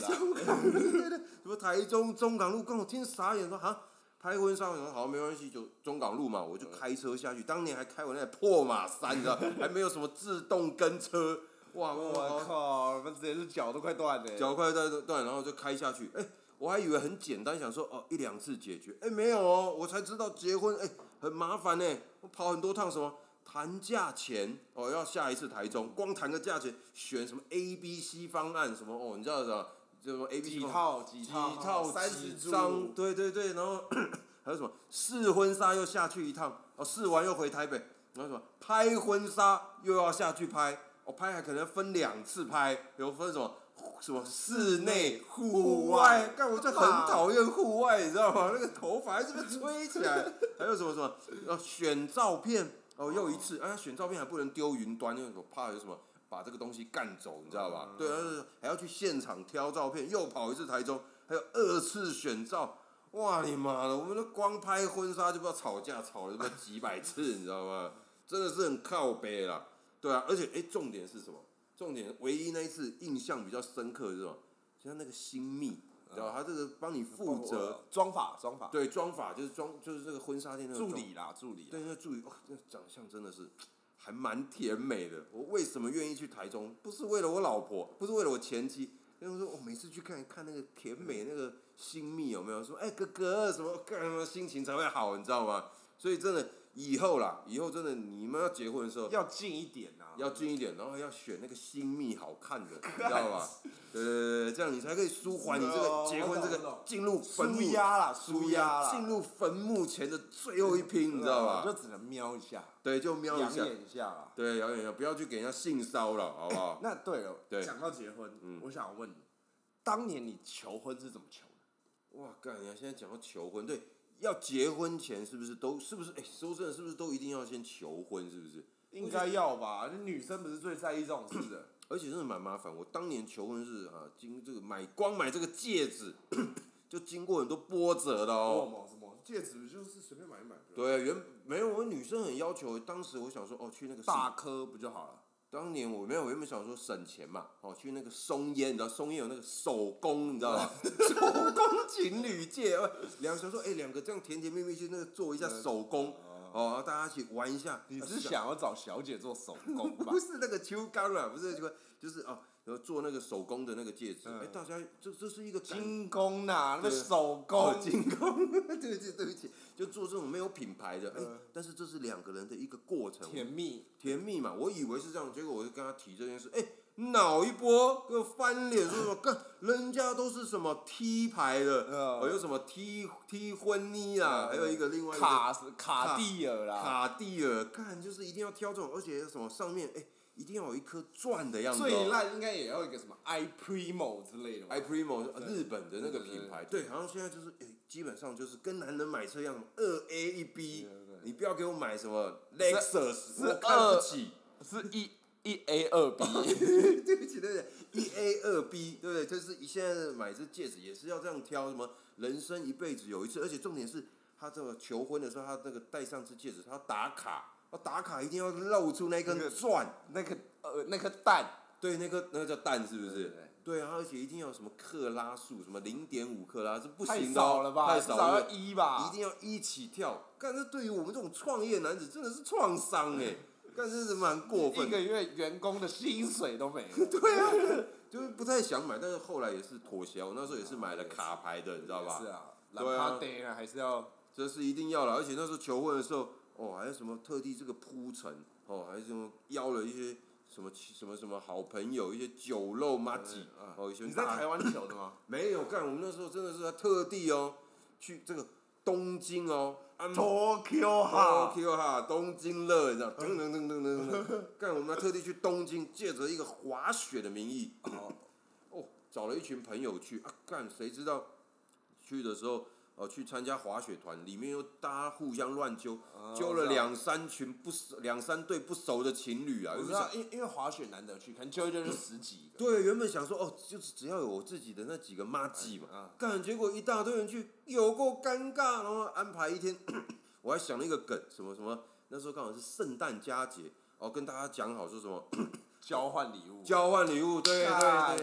[SPEAKER 2] 什么台中中港路，跟我听傻眼说啊，拍婚纱，我说好没关系，就中港路嘛，我就开车下去。当年还开我那台破马三，你知道，还没有什么自动跟车，哇
[SPEAKER 1] 我
[SPEAKER 2] 哇，
[SPEAKER 1] 靠，那直接是脚都快断了。
[SPEAKER 2] 哦脚快断断，然后就开下去。哎、我还以为很简单，想说哦一两次解决，哎、没有哦，我才知道结婚哎、很麻烦呢、我跑很多趟什么。谈价钱哦，要下一次台中，光谈个价钱，选什么 A、B、C 方案什么哦，你知道什么？就什么 A、B、C
[SPEAKER 1] 几
[SPEAKER 2] 方案
[SPEAKER 1] 套几
[SPEAKER 2] 几
[SPEAKER 1] 套
[SPEAKER 2] 套
[SPEAKER 1] 三
[SPEAKER 2] 几
[SPEAKER 1] 十
[SPEAKER 2] 张，
[SPEAKER 1] 张，
[SPEAKER 2] 对对对，然后 还有什么试婚纱又下去一趟，哦，试完又回台北，然后什么拍婚纱又要下去拍，哦，拍还可能分两次拍，有分什么什么室内户
[SPEAKER 1] 户外，
[SPEAKER 2] 外干我就很讨厌户外，你知道吗？那 个头发还这么吹起来，还有什么什么要选照片，哦，又一次，啊，选照片还不能丢云端，因为我怕有什么。把这个东西干走，你知道吧？对，而且还要去现场挑照片，又跑一次台中，还有二次选照。哇，你妈的！我们都光拍婚纱就不知道吵架吵了不知道几百次，你知道吗？真的是很靠背啦。对啊，而且哎、重点是什么？重点唯一那一次印象比较深刻的是什么？像那个新密，你知道吗他这个帮你负责
[SPEAKER 1] 哦装法装法，
[SPEAKER 2] 对妆法，就是妆就是这个婚纱店那个
[SPEAKER 1] 助
[SPEAKER 2] 妆
[SPEAKER 1] 理啦助理啦。
[SPEAKER 2] 对，那助理哦，那长相真的是还蛮甜美的。我为什么愿意去台中？不是为了我老婆，不是为了我前妻。因为说，我每次去看看那个甜
[SPEAKER 1] 嗯
[SPEAKER 2] 美那个新蜜有没有说，哎、哥哥什么干什么心情才会好，你知道吗？所以真的以后啦，以后真的你们要结婚的时候
[SPEAKER 1] 要近一点啊呐。
[SPEAKER 2] 要近一点，然后要选那个新蜜好看的，你知道吧？对对对对，这样你才可以舒缓你这个
[SPEAKER 1] 哦
[SPEAKER 2] 结婚
[SPEAKER 1] 我懂我
[SPEAKER 2] 这个
[SPEAKER 1] 懂
[SPEAKER 2] 进入坟
[SPEAKER 1] 输
[SPEAKER 2] 墓
[SPEAKER 1] 压啦，
[SPEAKER 2] 舒
[SPEAKER 1] 输压
[SPEAKER 2] 压
[SPEAKER 1] 啦，啊
[SPEAKER 2] 进入坟墓前的最后一拼，你知道吧？
[SPEAKER 1] 就只能瞄一下，
[SPEAKER 2] 对，就瞄一
[SPEAKER 1] 养
[SPEAKER 2] 下。
[SPEAKER 1] 眼一下啦。
[SPEAKER 2] 对，谣言不要去给人家性骚扰，好不好？
[SPEAKER 1] 那对了
[SPEAKER 2] 对，
[SPEAKER 1] 讲到结婚，
[SPEAKER 2] 嗯
[SPEAKER 1] 我想问你，当年你求婚是怎么求的？
[SPEAKER 2] 哇，干！你现在讲到求婚，对，要结婚前是不是都是不是？哎、说真的，是不是都一定要先求婚？是不是？
[SPEAKER 1] 应该要吧？女生不是最在意这种 事的。
[SPEAKER 2] 而且真的蛮麻烦。我当年求婚是啊，经这个买光买这个戒指， 就经过很多波折的
[SPEAKER 1] 什
[SPEAKER 2] 哦。
[SPEAKER 1] 么什么戒指就是随便买一买就好，
[SPEAKER 2] 对，啊原没有我女生很要求，当时我想说哦，去那个
[SPEAKER 1] 大颗不就好了？
[SPEAKER 2] 当年我没有，我原本想说省钱嘛，哦，去那个松烟，你知道松烟有那个手工，你知道吗？
[SPEAKER 1] 哦
[SPEAKER 2] 手工情侣戒，呃两个想说，哎、两个这样甜甜蜜蜜去那个做一下手工，哦，然后大家一起玩一下。
[SPEAKER 1] 嗯你
[SPEAKER 2] 啊
[SPEAKER 1] 是想要找小姐做手工吧
[SPEAKER 2] 不？是那个秋干啊，不是秋，就是哦，然后做那个手工的那个戒指，哎、
[SPEAKER 1] 嗯
[SPEAKER 2] 大家这这是一个感
[SPEAKER 1] 精工呐，那
[SPEAKER 2] 对
[SPEAKER 1] 手
[SPEAKER 2] 哦
[SPEAKER 1] 工，
[SPEAKER 2] 精工，对不起对不起，就做这种没有品牌的，哎、
[SPEAKER 1] 嗯
[SPEAKER 2] 但是这是两个人的一个过程，
[SPEAKER 1] 甜蜜，
[SPEAKER 2] 甜蜜嘛，我以为是这样，结果我就跟他提这件事，哎、脑一波，给我翻脸说什么？干，人家都是什么 T 牌的，
[SPEAKER 1] 嗯
[SPEAKER 2] 哦，有什么 T T 婚妮啊，
[SPEAKER 1] 嗯
[SPEAKER 2] 还有一个另外一个
[SPEAKER 1] 卡斯卡地尔啦，
[SPEAKER 2] 卡地尔，看就是一定要挑这种，而且什么上面哎、一定要有一颗钻的样子、哦。
[SPEAKER 1] 最烂应该也要一个什么 i primo 之类的吧
[SPEAKER 2] i primo 呃
[SPEAKER 1] 对
[SPEAKER 2] 日本的那个品牌，对，好像现在就是哎、基本上就是跟男人买车一样，二 A 一 B，
[SPEAKER 1] 对对对
[SPEAKER 2] 你不要给我买什么 Lexus，
[SPEAKER 1] 是
[SPEAKER 2] 我看不起。
[SPEAKER 1] 是一一 A 二 B，
[SPEAKER 2] 对不起，对不起，一 A 二 B，对不对？就是你现在买这戒指也是要这样挑，什么人生一辈子有一次，而且重点是他这个求婚的时候，他那个戴上这戒指，他要打卡，他打卡一定要露出那
[SPEAKER 1] 那
[SPEAKER 2] 根
[SPEAKER 1] 个
[SPEAKER 2] 钻，
[SPEAKER 1] 那个呃那颗蛋，
[SPEAKER 2] 对，那个那个叫蛋是不
[SPEAKER 1] 对
[SPEAKER 2] 是
[SPEAKER 1] 对？
[SPEAKER 2] 对啊，而且一定要有什么克拉数，什么零点五克拉是不
[SPEAKER 1] 太
[SPEAKER 2] 行的哦、
[SPEAKER 1] 少了吧？
[SPEAKER 2] 太
[SPEAKER 1] 至
[SPEAKER 2] 少
[SPEAKER 1] 少
[SPEAKER 2] 了
[SPEAKER 1] 要一吧？
[SPEAKER 2] 一定要一起跳。但是对于我们这种创业男子，真的是创伤哎、但是是蛮过分
[SPEAKER 1] 一
[SPEAKER 2] 的
[SPEAKER 1] 个。月员工的薪水都没了，
[SPEAKER 2] 对啊，就是不太想买，但是后来也是妥协。我那时候也
[SPEAKER 1] 啊
[SPEAKER 2] 是买了卡牌的，你知道吧？
[SPEAKER 1] 是啊，哪
[SPEAKER 2] 对啊
[SPEAKER 1] 怕得啊，还是要
[SPEAKER 2] 这是一定要了。而且那时候求婚的时候，哦，还有什么特地这个铺陈，哦，还有什么邀了一些什么亲什么什么好朋友，一些酒肉麻吉
[SPEAKER 1] 嗯嗯，
[SPEAKER 2] 哦，一些
[SPEAKER 1] 你在
[SPEAKER 2] 大
[SPEAKER 1] 台湾求的吗？
[SPEAKER 2] 没有干？我们那时候真的是特地哦，去这个东京哦，安
[SPEAKER 1] Tokyo
[SPEAKER 2] 好 Q 哈，东京乐，你知道？噔噔噔噔噔噔，干！我们还特地去东京，借着一个滑雪的名义，
[SPEAKER 1] 哦
[SPEAKER 2] 哦，找了一群朋友去啊，干！谁知道去的时候，哦，去参加滑雪团，里面又大家互相乱揪，
[SPEAKER 1] 哦
[SPEAKER 2] 揪
[SPEAKER 1] 啊
[SPEAKER 2] 了，两三群不熟、两三对不熟的情侣啊，
[SPEAKER 1] 我
[SPEAKER 2] 有
[SPEAKER 1] 知
[SPEAKER 2] 想
[SPEAKER 1] 道，因因为滑雪难得去看，揪一揪就十几个，
[SPEAKER 2] 对，原本想说哦，就是只要有我自己的那几个妈鸡嘛，
[SPEAKER 1] 啊，
[SPEAKER 2] 干，结果一大堆人去，有够尴尬，然后安排一天， 我还想了一个梗，什么什么，那时候刚好是圣诞佳节，哦，跟大家讲好说什么
[SPEAKER 1] 交换礼物，
[SPEAKER 2] 交换礼物，对对对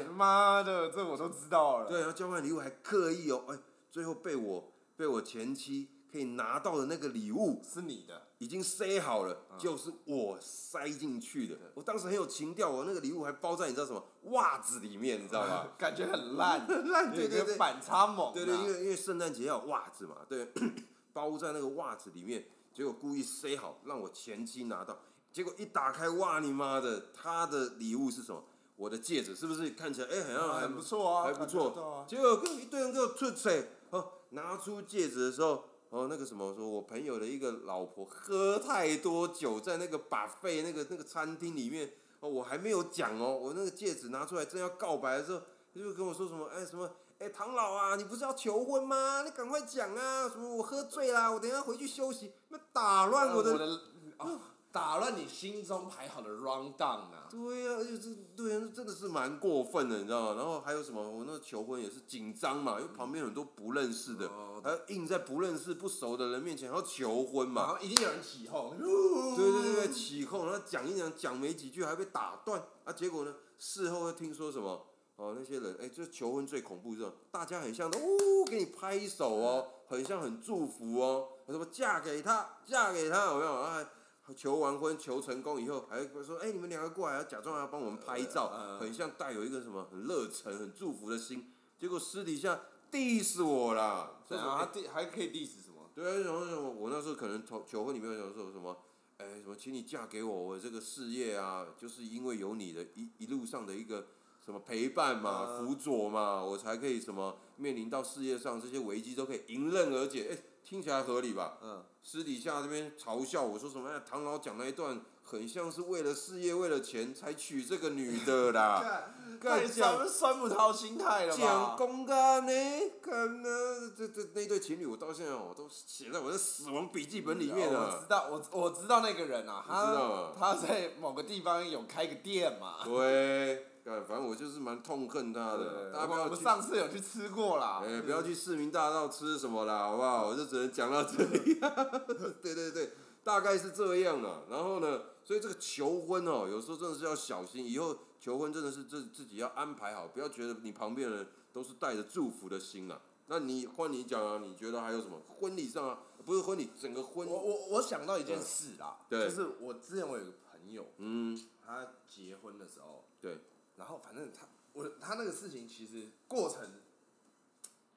[SPEAKER 1] 干妈的，这我都知道了，
[SPEAKER 2] 对，然后交换礼物还刻意哦，哎，最后被我被我前妻可以拿到的那个礼物
[SPEAKER 1] 是你的，
[SPEAKER 2] 已经塞好了，就是我塞进去的，我当时很有情调，我那个礼物还包在你知道什么袜子里面，你知道吗？
[SPEAKER 1] 感觉很烂，
[SPEAKER 2] 烂对
[SPEAKER 1] 有
[SPEAKER 2] 对
[SPEAKER 1] 点
[SPEAKER 2] 对，
[SPEAKER 1] 反差萌啊，
[SPEAKER 2] 对对，因为因为圣诞节要有袜子嘛，对， 包在那个袜子里面，结果故意塞好，让我前妻拿到，结果一打开，哇你妈的，她的礼物是什么？我的戒指是不是看起来哎好像
[SPEAKER 1] 啊
[SPEAKER 2] 还
[SPEAKER 1] 很不错啊，
[SPEAKER 2] 还不
[SPEAKER 1] 感觉到
[SPEAKER 2] 错
[SPEAKER 1] 啊，，
[SPEAKER 2] 结果跟一堆人给我出水，哦，拿出戒指的时候。哦，那个什么，说我朋友的一个老婆喝太多酒，在那个把费那个那个餐厅里面，哦，我还没有讲哦，我那个戒指拿出来正要告白的时候，他就跟我说什么，哎什么，哎唐老啊，你不是要求婚吗？你赶快讲啊，什么我喝醉啦，我等一下回去休息，那打乱我
[SPEAKER 1] 我
[SPEAKER 2] 的
[SPEAKER 1] 的哦打乱你心中排好的 round down 啊，
[SPEAKER 2] 对呀、而且这对呀、真的是蛮过分的，你知道吗？然后还有什么？我那求婚也是紧张嘛，因为旁边有很多不认识的，
[SPEAKER 1] 哦
[SPEAKER 2] 还要硬在不认识、不熟的人面前还要求婚
[SPEAKER 1] 然
[SPEAKER 2] 嘛。
[SPEAKER 1] 后一定有人起哄，
[SPEAKER 2] 对对对对，起哄，然后讲一讲，讲没几句还被打断啊。结果呢，事后又听说什么？哦，那些人，哎，这求婚最恐怖这种，大家很像都呜给你拍手哦，很像很祝福哦，什么嫁给他，嫁给他，有没有？啊，还求完婚求成功以后，还会说：“哎、你们两个过来，假装要帮我们拍照，
[SPEAKER 1] 嗯嗯嗯
[SPEAKER 2] 很像带有一个什么很热忱、很祝福的心。”结果私底下 diss 我啦，
[SPEAKER 1] 对
[SPEAKER 2] 说什
[SPEAKER 1] 啊，
[SPEAKER 2] 么
[SPEAKER 1] 他第还可以 diss 什么？
[SPEAKER 2] 对啊，然后什么，我那时候可能求求婚里面有想说什么，哎、什么，请你嫁给我，我这个事业啊，就是因为有你的一一路上的一个什么陪伴嘛、
[SPEAKER 1] 嗯
[SPEAKER 2] 辅佐嘛，我才可以什么面临到事业上这些危机都可以迎刃而解。哎、听起来合理吧？
[SPEAKER 1] 嗯，
[SPEAKER 2] 私底下那边嘲笑我说什么？哎，唐老讲那一段很像是为了事业、为了钱才娶这个女的 啦。
[SPEAKER 1] 嗯干
[SPEAKER 2] 干
[SPEAKER 1] 酸酸葡萄心态了
[SPEAKER 2] 讲
[SPEAKER 1] 吧？
[SPEAKER 2] 公干呢，看呢，这这那对情侣，我到现在我都写在我的死亡笔记本里面
[SPEAKER 1] 哦
[SPEAKER 2] 啊
[SPEAKER 1] 我
[SPEAKER 2] 了
[SPEAKER 1] 知。道，我我知道那个人啊，
[SPEAKER 2] 知道
[SPEAKER 1] 他他在某个地方有开个店嘛。 呃
[SPEAKER 2] 对，干，反正我就是蛮痛恨他的。大家不
[SPEAKER 1] 我
[SPEAKER 2] 要
[SPEAKER 1] 们
[SPEAKER 2] 去，
[SPEAKER 1] 上次有去吃过啦。
[SPEAKER 2] 哎，不要去市民大道吃什么啦，好不好？我就只能讲到这里。 对对对，大概是这样啊。然后呢，所以这个求婚哦，有时候真的是要小心，以后求婚真的是自自己要安排好，不要觉得你旁边的人都是带着祝福的心啊。那你换你讲啊，你觉得还有什么婚礼上啊？不是婚礼，整个婚
[SPEAKER 1] 我，我我想到一件事啦，啊
[SPEAKER 2] 对
[SPEAKER 1] 就是我之前我有个朋友，
[SPEAKER 2] 嗯，
[SPEAKER 1] 他结婚的时候，
[SPEAKER 2] 对，
[SPEAKER 1] 然后反正他我他那个事情其实过程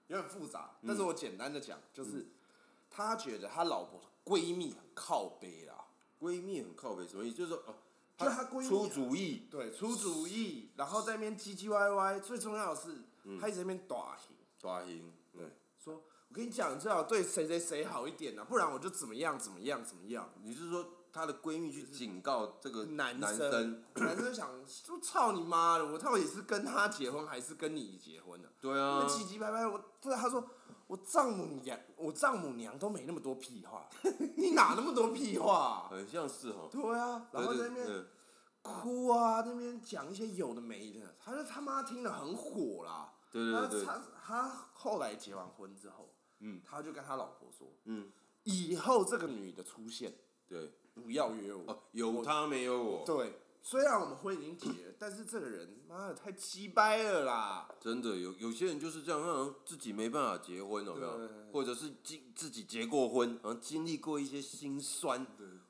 [SPEAKER 1] 有点复杂，但是我简单的讲，就是他觉得他老婆的闺蜜很靠背啦，
[SPEAKER 2] 闺蜜很靠北，什么意思？就是说哦，
[SPEAKER 1] 就她闺蜜啊
[SPEAKER 2] 出主意，
[SPEAKER 1] 对，出主意，然后在那边唧唧歪歪，最重要的是，他一直在那边打听，
[SPEAKER 2] 抓心，对，
[SPEAKER 1] 说我跟你讲，你最好对谁谁谁好一点啊，不然我就怎么样怎么样怎么样。
[SPEAKER 2] 你是说她的闺蜜去警告这个
[SPEAKER 1] 男
[SPEAKER 2] 男
[SPEAKER 1] 生，男生想说操你妈的，我到底是跟他结婚还是跟你结婚呢、
[SPEAKER 2] 对
[SPEAKER 1] 啊？
[SPEAKER 2] 啊
[SPEAKER 1] 那，唧唧歪歪，我对他说，我丈母娘，我丈母娘都没那么多屁话， 你哪那么多屁话、
[SPEAKER 2] 很像是哦。
[SPEAKER 1] 对啊，然后
[SPEAKER 2] 对
[SPEAKER 1] 在那
[SPEAKER 2] 对
[SPEAKER 1] 边
[SPEAKER 2] 嗯
[SPEAKER 1] 哭啊，那边讲一些有的没的，他就他妈听了很火啦。
[SPEAKER 2] 对对对对
[SPEAKER 1] 他他他后来结完婚之后，
[SPEAKER 2] 嗯，
[SPEAKER 1] 他就跟他老婆说，
[SPEAKER 2] 嗯，
[SPEAKER 1] 以后这个女的出现
[SPEAKER 2] 对，
[SPEAKER 1] 不要约我。
[SPEAKER 2] 哦，有她没有我，
[SPEAKER 1] 对，虽然我们婚已经结了，但是这个人妈的太鸡掰了啦。
[SPEAKER 2] 真的有有些人就是这样，他好像自己没办法结婚，有没
[SPEAKER 1] 对
[SPEAKER 2] 有
[SPEAKER 1] 对对？
[SPEAKER 2] 或者是经自己结过婚，好像经历过一些心酸，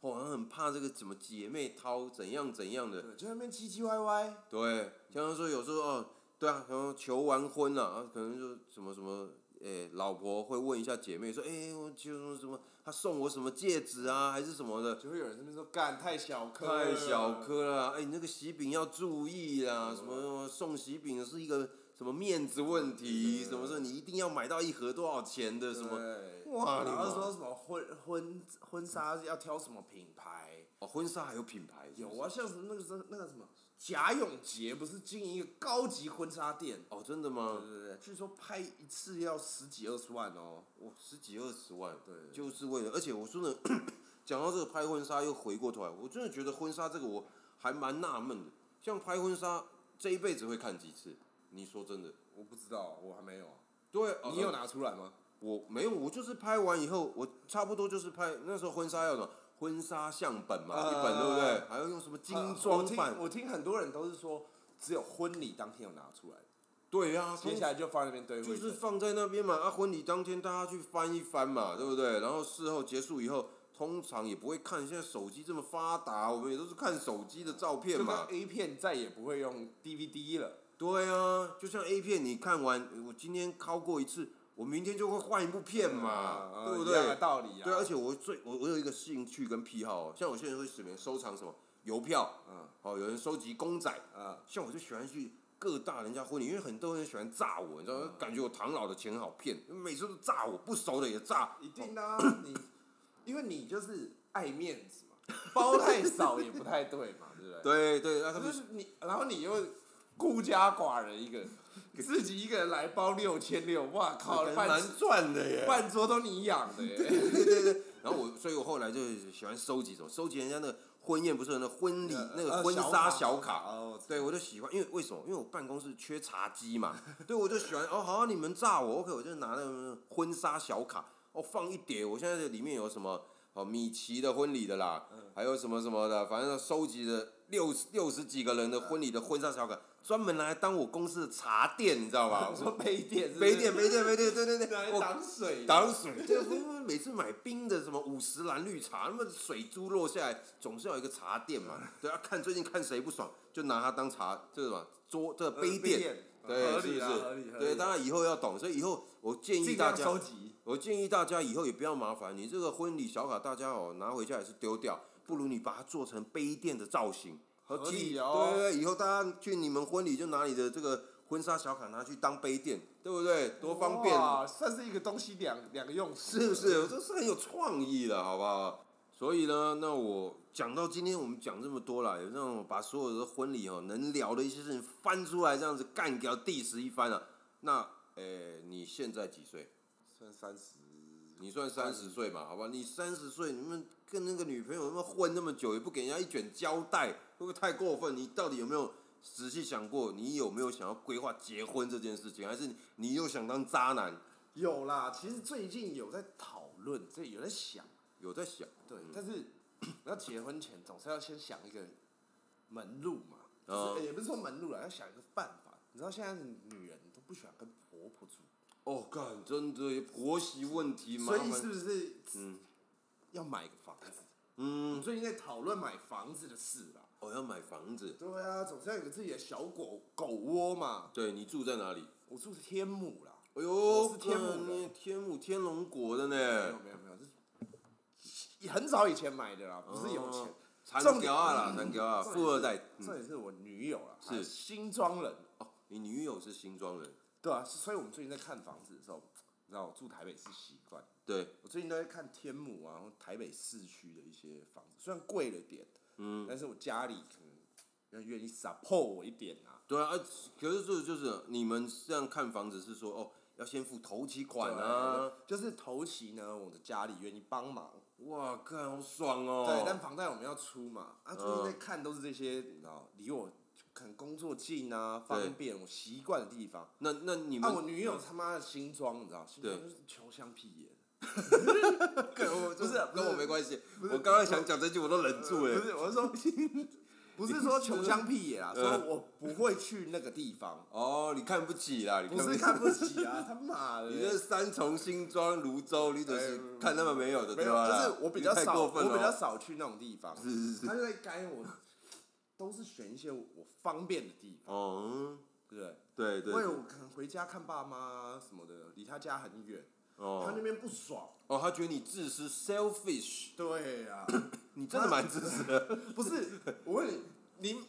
[SPEAKER 2] 哦，好像很怕这个什么姐妹掏怎样怎样的，
[SPEAKER 1] 对，就在那边唧唧歪歪，
[SPEAKER 2] 对，像他说有时候哦，对啊，然后求完婚了、啊，可能就什么什么，诶、老婆会问一下姐妹说，诶、我求什么什么，他送我什么戒指啊，还是什么的，
[SPEAKER 1] 就会有人这边说干太小颗了，
[SPEAKER 2] 太小颗了，哎、你那个喜饼要注意啦，
[SPEAKER 1] 嗯
[SPEAKER 2] 什么什么送喜饼是一个什么面子问题，
[SPEAKER 1] 对
[SPEAKER 2] 什么时候你一定要买到一盒多少钱的什么，
[SPEAKER 1] 对
[SPEAKER 2] 哇
[SPEAKER 1] 然
[SPEAKER 2] 你
[SPEAKER 1] 后
[SPEAKER 2] 妈
[SPEAKER 1] 说什么婚婚婚纱要挑什么品牌？
[SPEAKER 2] 哦，婚纱还有品牌，是不是
[SPEAKER 1] 有，啊，像什么那个时候那个什么贾永杰不是经营一个高级婚纱店？
[SPEAKER 2] 哦，真的
[SPEAKER 1] 对
[SPEAKER 2] 吗？
[SPEAKER 1] 对对，据说拍一次要十几二十万哦。
[SPEAKER 2] 哇，十几二十万，
[SPEAKER 1] 对对对
[SPEAKER 2] 就是为了，而且我真的讲到这个拍婚纱，又回过头来，我真的觉得婚纱这个我还蛮纳闷的。像拍婚纱，这一辈子会看几次？你说真的？
[SPEAKER 1] 我不知道，我还没有啊。
[SPEAKER 2] 对，
[SPEAKER 1] 你有
[SPEAKER 2] 呃？
[SPEAKER 1] 拿出来吗？
[SPEAKER 2] 我没有，我就是拍完以后，我差不多就是拍那时候婚纱要什么婚纱相本嘛，
[SPEAKER 1] 啊
[SPEAKER 2] 一本对不对？还要用什么精装
[SPEAKER 1] 呃
[SPEAKER 2] 版？
[SPEAKER 1] 我听我听很多人都是说，只有婚礼当天有拿出来，
[SPEAKER 2] 对呀、啊，
[SPEAKER 1] 接下来哦就放在那边堆灰
[SPEAKER 2] 就
[SPEAKER 1] 尘。
[SPEAKER 2] 是放在那边嘛，啊，婚礼当天大家去翻一翻嘛，对不对？然后事后结束以后，通常也不会看，现在手机这么发达，我们也都是看手机的照片
[SPEAKER 1] 就
[SPEAKER 2] 嘛
[SPEAKER 1] 跟。A 片再也不会用 DVD 了。
[SPEAKER 2] 对啊，就像 A 片，你看完，呃我今天拷过一次，我明天就会换一部片嘛，
[SPEAKER 1] 嗯
[SPEAKER 2] 对不
[SPEAKER 1] 一样的
[SPEAKER 2] 对？
[SPEAKER 1] 道理啊。
[SPEAKER 2] 对，而且我最我我有一个兴趣跟癖好、哦，像我现在会喜欢收藏什么邮票，
[SPEAKER 1] 嗯
[SPEAKER 2] 哦，有人收集公仔，
[SPEAKER 1] 嗯，
[SPEAKER 2] 像我就喜欢去各大人家婚礼，因为很多人喜欢炸我，你知道吗？感觉我唐老的钱好骗，每次都炸我，不熟的也炸。
[SPEAKER 1] 一定的啊，你因为你就是爱面子嘛，包太少也不太对嘛，对不对？
[SPEAKER 2] 对对，啊那他
[SPEAKER 1] 就
[SPEAKER 2] 们
[SPEAKER 1] 是你，然后你又孤家寡人一个，自己一个人来包六千六，哇靠，
[SPEAKER 2] 还
[SPEAKER 1] 半
[SPEAKER 2] 蛮赚的耶。
[SPEAKER 1] 半桌都你养的 耶，
[SPEAKER 2] 对对对，然后我，所以我后来就喜欢收集什么，收集人家那个婚宴不是有那个婚礼那个
[SPEAKER 1] 呃
[SPEAKER 2] 婚纱小卡。
[SPEAKER 1] 哦，
[SPEAKER 2] 对，我就喜欢，因为为什么？因为我办公室缺茶几嘛，对，我就喜欢哦，好、你们炸我，OK，我就拿那个婚纱小卡，哦，放一叠，我现在里面有什么哦，米奇的婚礼的啦，还有什么什么的，反正收集了六十六十几个人的婚礼的婚纱小卡，专门拿来当我公司的茶店，你知道吧
[SPEAKER 1] 我？说杯垫是不是，
[SPEAKER 2] 北点北点北点，对 对
[SPEAKER 1] 拿
[SPEAKER 2] 对，
[SPEAKER 1] 来
[SPEAKER 2] 我
[SPEAKER 1] 挡水，呃
[SPEAKER 2] 挡水，就是每次买冰的什么五十兰绿茶，那么水珠落下来，总是要有一个茶垫 嘛。对啊，看最近看谁不爽，就拿它当茶，这个什么桌这个
[SPEAKER 1] 呃
[SPEAKER 2] 杯垫，，对，
[SPEAKER 1] 合
[SPEAKER 2] 是不
[SPEAKER 1] 理啊合理
[SPEAKER 2] 是？
[SPEAKER 1] 合
[SPEAKER 2] 对，
[SPEAKER 1] 理
[SPEAKER 2] 大家以后要懂，所以以后我建议
[SPEAKER 1] 尽
[SPEAKER 2] 大
[SPEAKER 1] 量
[SPEAKER 2] 家
[SPEAKER 1] 收，集，
[SPEAKER 2] 我建议大家以后也不要麻烦你这个婚礼小卡，大家哦拿回家也是丢掉，不如你把它做成杯垫的造型。和
[SPEAKER 1] 合
[SPEAKER 2] 记
[SPEAKER 1] 理哦
[SPEAKER 2] 对对对，以后大家去你们婚礼就拿你的这个婚纱小卡拿去当杯垫，对不对？多方便，
[SPEAKER 1] 哇，算是一个东西两两个用途，
[SPEAKER 2] 是不是？我这是很有创意的，好不好？所以呢，那我讲到今天，我们讲这么多了，也让我把所有的婚礼哦能聊的一些事情翻出来，这样子干掉 diss 一番啊。那，呃、你现在几岁？
[SPEAKER 1] 算三十，
[SPEAKER 2] 你算三十岁嘛，好吧？你三十岁，你们跟那个女朋友他妈混那么久，也不给人家一卷胶带，会不会太过分？你到底有没有仔细想过，你有没有想要规划结婚这件事情，还是你你又想当渣男？
[SPEAKER 1] 有啦，其实最近有在讨论，这有在想，
[SPEAKER 2] 有在想？
[SPEAKER 1] 对，但是要结婚前总是要先想一个门路嘛，
[SPEAKER 2] 哦
[SPEAKER 1] 就是也不是说门路啦，要想一个办法。你知道现在的女人都不喜欢跟婆婆住，
[SPEAKER 2] 哦，干，真的婆媳问题麻
[SPEAKER 1] 所
[SPEAKER 2] 烦。
[SPEAKER 1] 以是不是
[SPEAKER 2] 嗯
[SPEAKER 1] 要买个房子？
[SPEAKER 2] 嗯，
[SPEAKER 1] 我最近在讨论买房子的事啦。
[SPEAKER 2] 哦，要买房子，
[SPEAKER 1] 对啊，总是要有个自己的小狗狗窝嘛。
[SPEAKER 2] 对你住在哪里？
[SPEAKER 1] 我住天母啦，
[SPEAKER 2] 哎
[SPEAKER 1] 我
[SPEAKER 2] 呦，
[SPEAKER 1] 是天母人
[SPEAKER 2] 干你天母天龙国的
[SPEAKER 1] 没有
[SPEAKER 2] 呢，
[SPEAKER 1] 没有没有，是很早以前买的啦，不是有
[SPEAKER 2] 哦
[SPEAKER 1] 钱。重
[SPEAKER 2] 残
[SPEAKER 1] 点嗯
[SPEAKER 2] 条啊啦，残条啊，
[SPEAKER 1] 重点是
[SPEAKER 2] 富二代。嗯
[SPEAKER 1] 这也是我女友啦，
[SPEAKER 2] 是
[SPEAKER 1] 她新庄人，
[SPEAKER 2] 哦，你女友是新庄人，
[SPEAKER 1] 对啊，所以我们最近在看房子的时候，你知道我住台北是习惯，
[SPEAKER 2] 对，
[SPEAKER 1] 我最近都在看天母啊，然后台北市区的一些房子，虽然贵了点，
[SPEAKER 2] 嗯，
[SPEAKER 1] 但是我家里可能要愿意 support 我一点啊。
[SPEAKER 2] 对啊，啊可是这就是你们这样看房子是说哦，要先付头期款啊，
[SPEAKER 1] 对，就是头期呢，我的家里愿意帮忙，
[SPEAKER 2] 哇，看好爽
[SPEAKER 1] 对，
[SPEAKER 2] 哦嗯
[SPEAKER 1] 但，房贷我们要出嘛，啊，最近在看都是这些，你知道，离我可能工作近啊，
[SPEAKER 2] 对
[SPEAKER 1] 方便我习惯的地方。
[SPEAKER 2] 那那你
[SPEAKER 1] 啊，
[SPEAKER 2] 们
[SPEAKER 1] 我女友他妈的新装，你知道，新装就是穷乡僻 野，
[SPEAKER 2] 跟我
[SPEAKER 1] 不是不
[SPEAKER 2] 啊跟
[SPEAKER 1] 是
[SPEAKER 2] 我没欸关系，
[SPEAKER 1] 不是
[SPEAKER 2] 我刚刚想讲这句我都忍住
[SPEAKER 1] 呃不
[SPEAKER 2] 了，
[SPEAKER 1] 是，我 是说，不是说穷乡僻野啦，啊
[SPEAKER 2] 呃
[SPEAKER 1] 说我不会去那个地 方，
[SPEAKER 2] 哦，你看不起啦，你
[SPEAKER 1] 不
[SPEAKER 2] 不
[SPEAKER 1] 是
[SPEAKER 2] 起。
[SPEAKER 1] 看不起啊，他妈的，
[SPEAKER 2] 你这三重、新庄、泸州，你都
[SPEAKER 1] 哎
[SPEAKER 2] 是
[SPEAKER 1] 不不
[SPEAKER 2] 看他们没有的，
[SPEAKER 1] 没
[SPEAKER 2] 对
[SPEAKER 1] 有，
[SPEAKER 2] 吧？
[SPEAKER 1] 就是我比较
[SPEAKER 2] 你太
[SPEAKER 1] 少，
[SPEAKER 2] 过分
[SPEAKER 1] 我
[SPEAKER 2] 了
[SPEAKER 1] 比较
[SPEAKER 2] 哦。
[SPEAKER 1] 少去那种地方，
[SPEAKER 2] 是是是，
[SPEAKER 1] 他就在该我，都是选一些我方便的地方，
[SPEAKER 2] 哦，嗯
[SPEAKER 1] 对不对？
[SPEAKER 2] 对对
[SPEAKER 1] 因为
[SPEAKER 2] 对
[SPEAKER 1] 我可能回家看爸妈什么的，离他家很远，他
[SPEAKER 2] 哦
[SPEAKER 1] 那边不爽。
[SPEAKER 2] 哦，他觉得你自私，selfish，
[SPEAKER 1] 对啊呀、
[SPEAKER 2] 你真的蛮自私的。
[SPEAKER 1] 不是，我问你，你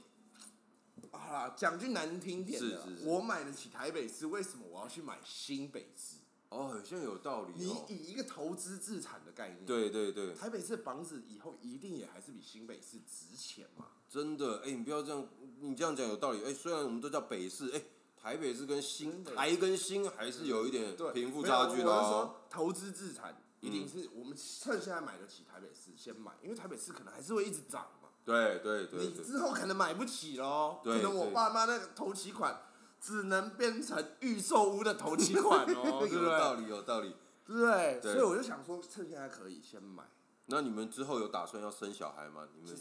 [SPEAKER 1] 好啦，讲句难听点的啦，
[SPEAKER 2] 是是是
[SPEAKER 1] 我买得起台北市，为什么我要去买新北市？
[SPEAKER 2] 哦，好像有道理
[SPEAKER 1] 你
[SPEAKER 2] 哦。
[SPEAKER 1] 以一个投资自产的概念，，
[SPEAKER 2] 对对对，
[SPEAKER 1] 台北市房子以后一定也还是比新北市值钱嘛？
[SPEAKER 2] 真的，哎，你不要这样，你这样讲有道理。哎，虽然我们都叫北市，哎，台北市跟新
[SPEAKER 1] 真的
[SPEAKER 2] 台跟新还是有一点
[SPEAKER 1] 对，
[SPEAKER 2] 贫富
[SPEAKER 1] 没有
[SPEAKER 2] 差距嗯的
[SPEAKER 1] 我是
[SPEAKER 2] 哦。
[SPEAKER 1] 说，投资自产一定是我们趁现在买得起台北市先买，因为台北市可能还是会一直涨嘛。
[SPEAKER 2] 对对对
[SPEAKER 1] 你
[SPEAKER 2] 对，
[SPEAKER 1] 之后可能买不起喽，
[SPEAKER 2] 对
[SPEAKER 1] 可能我
[SPEAKER 2] 对
[SPEAKER 1] 爸妈那个头期款只能变成预售屋的头期款 哦，对不
[SPEAKER 2] 有道
[SPEAKER 1] 对？
[SPEAKER 2] 理有道理。
[SPEAKER 1] 对不对？
[SPEAKER 2] 对
[SPEAKER 1] 所以我就想说，趁现在可以先买。
[SPEAKER 2] 那你们之后有打算要生小孩吗？你们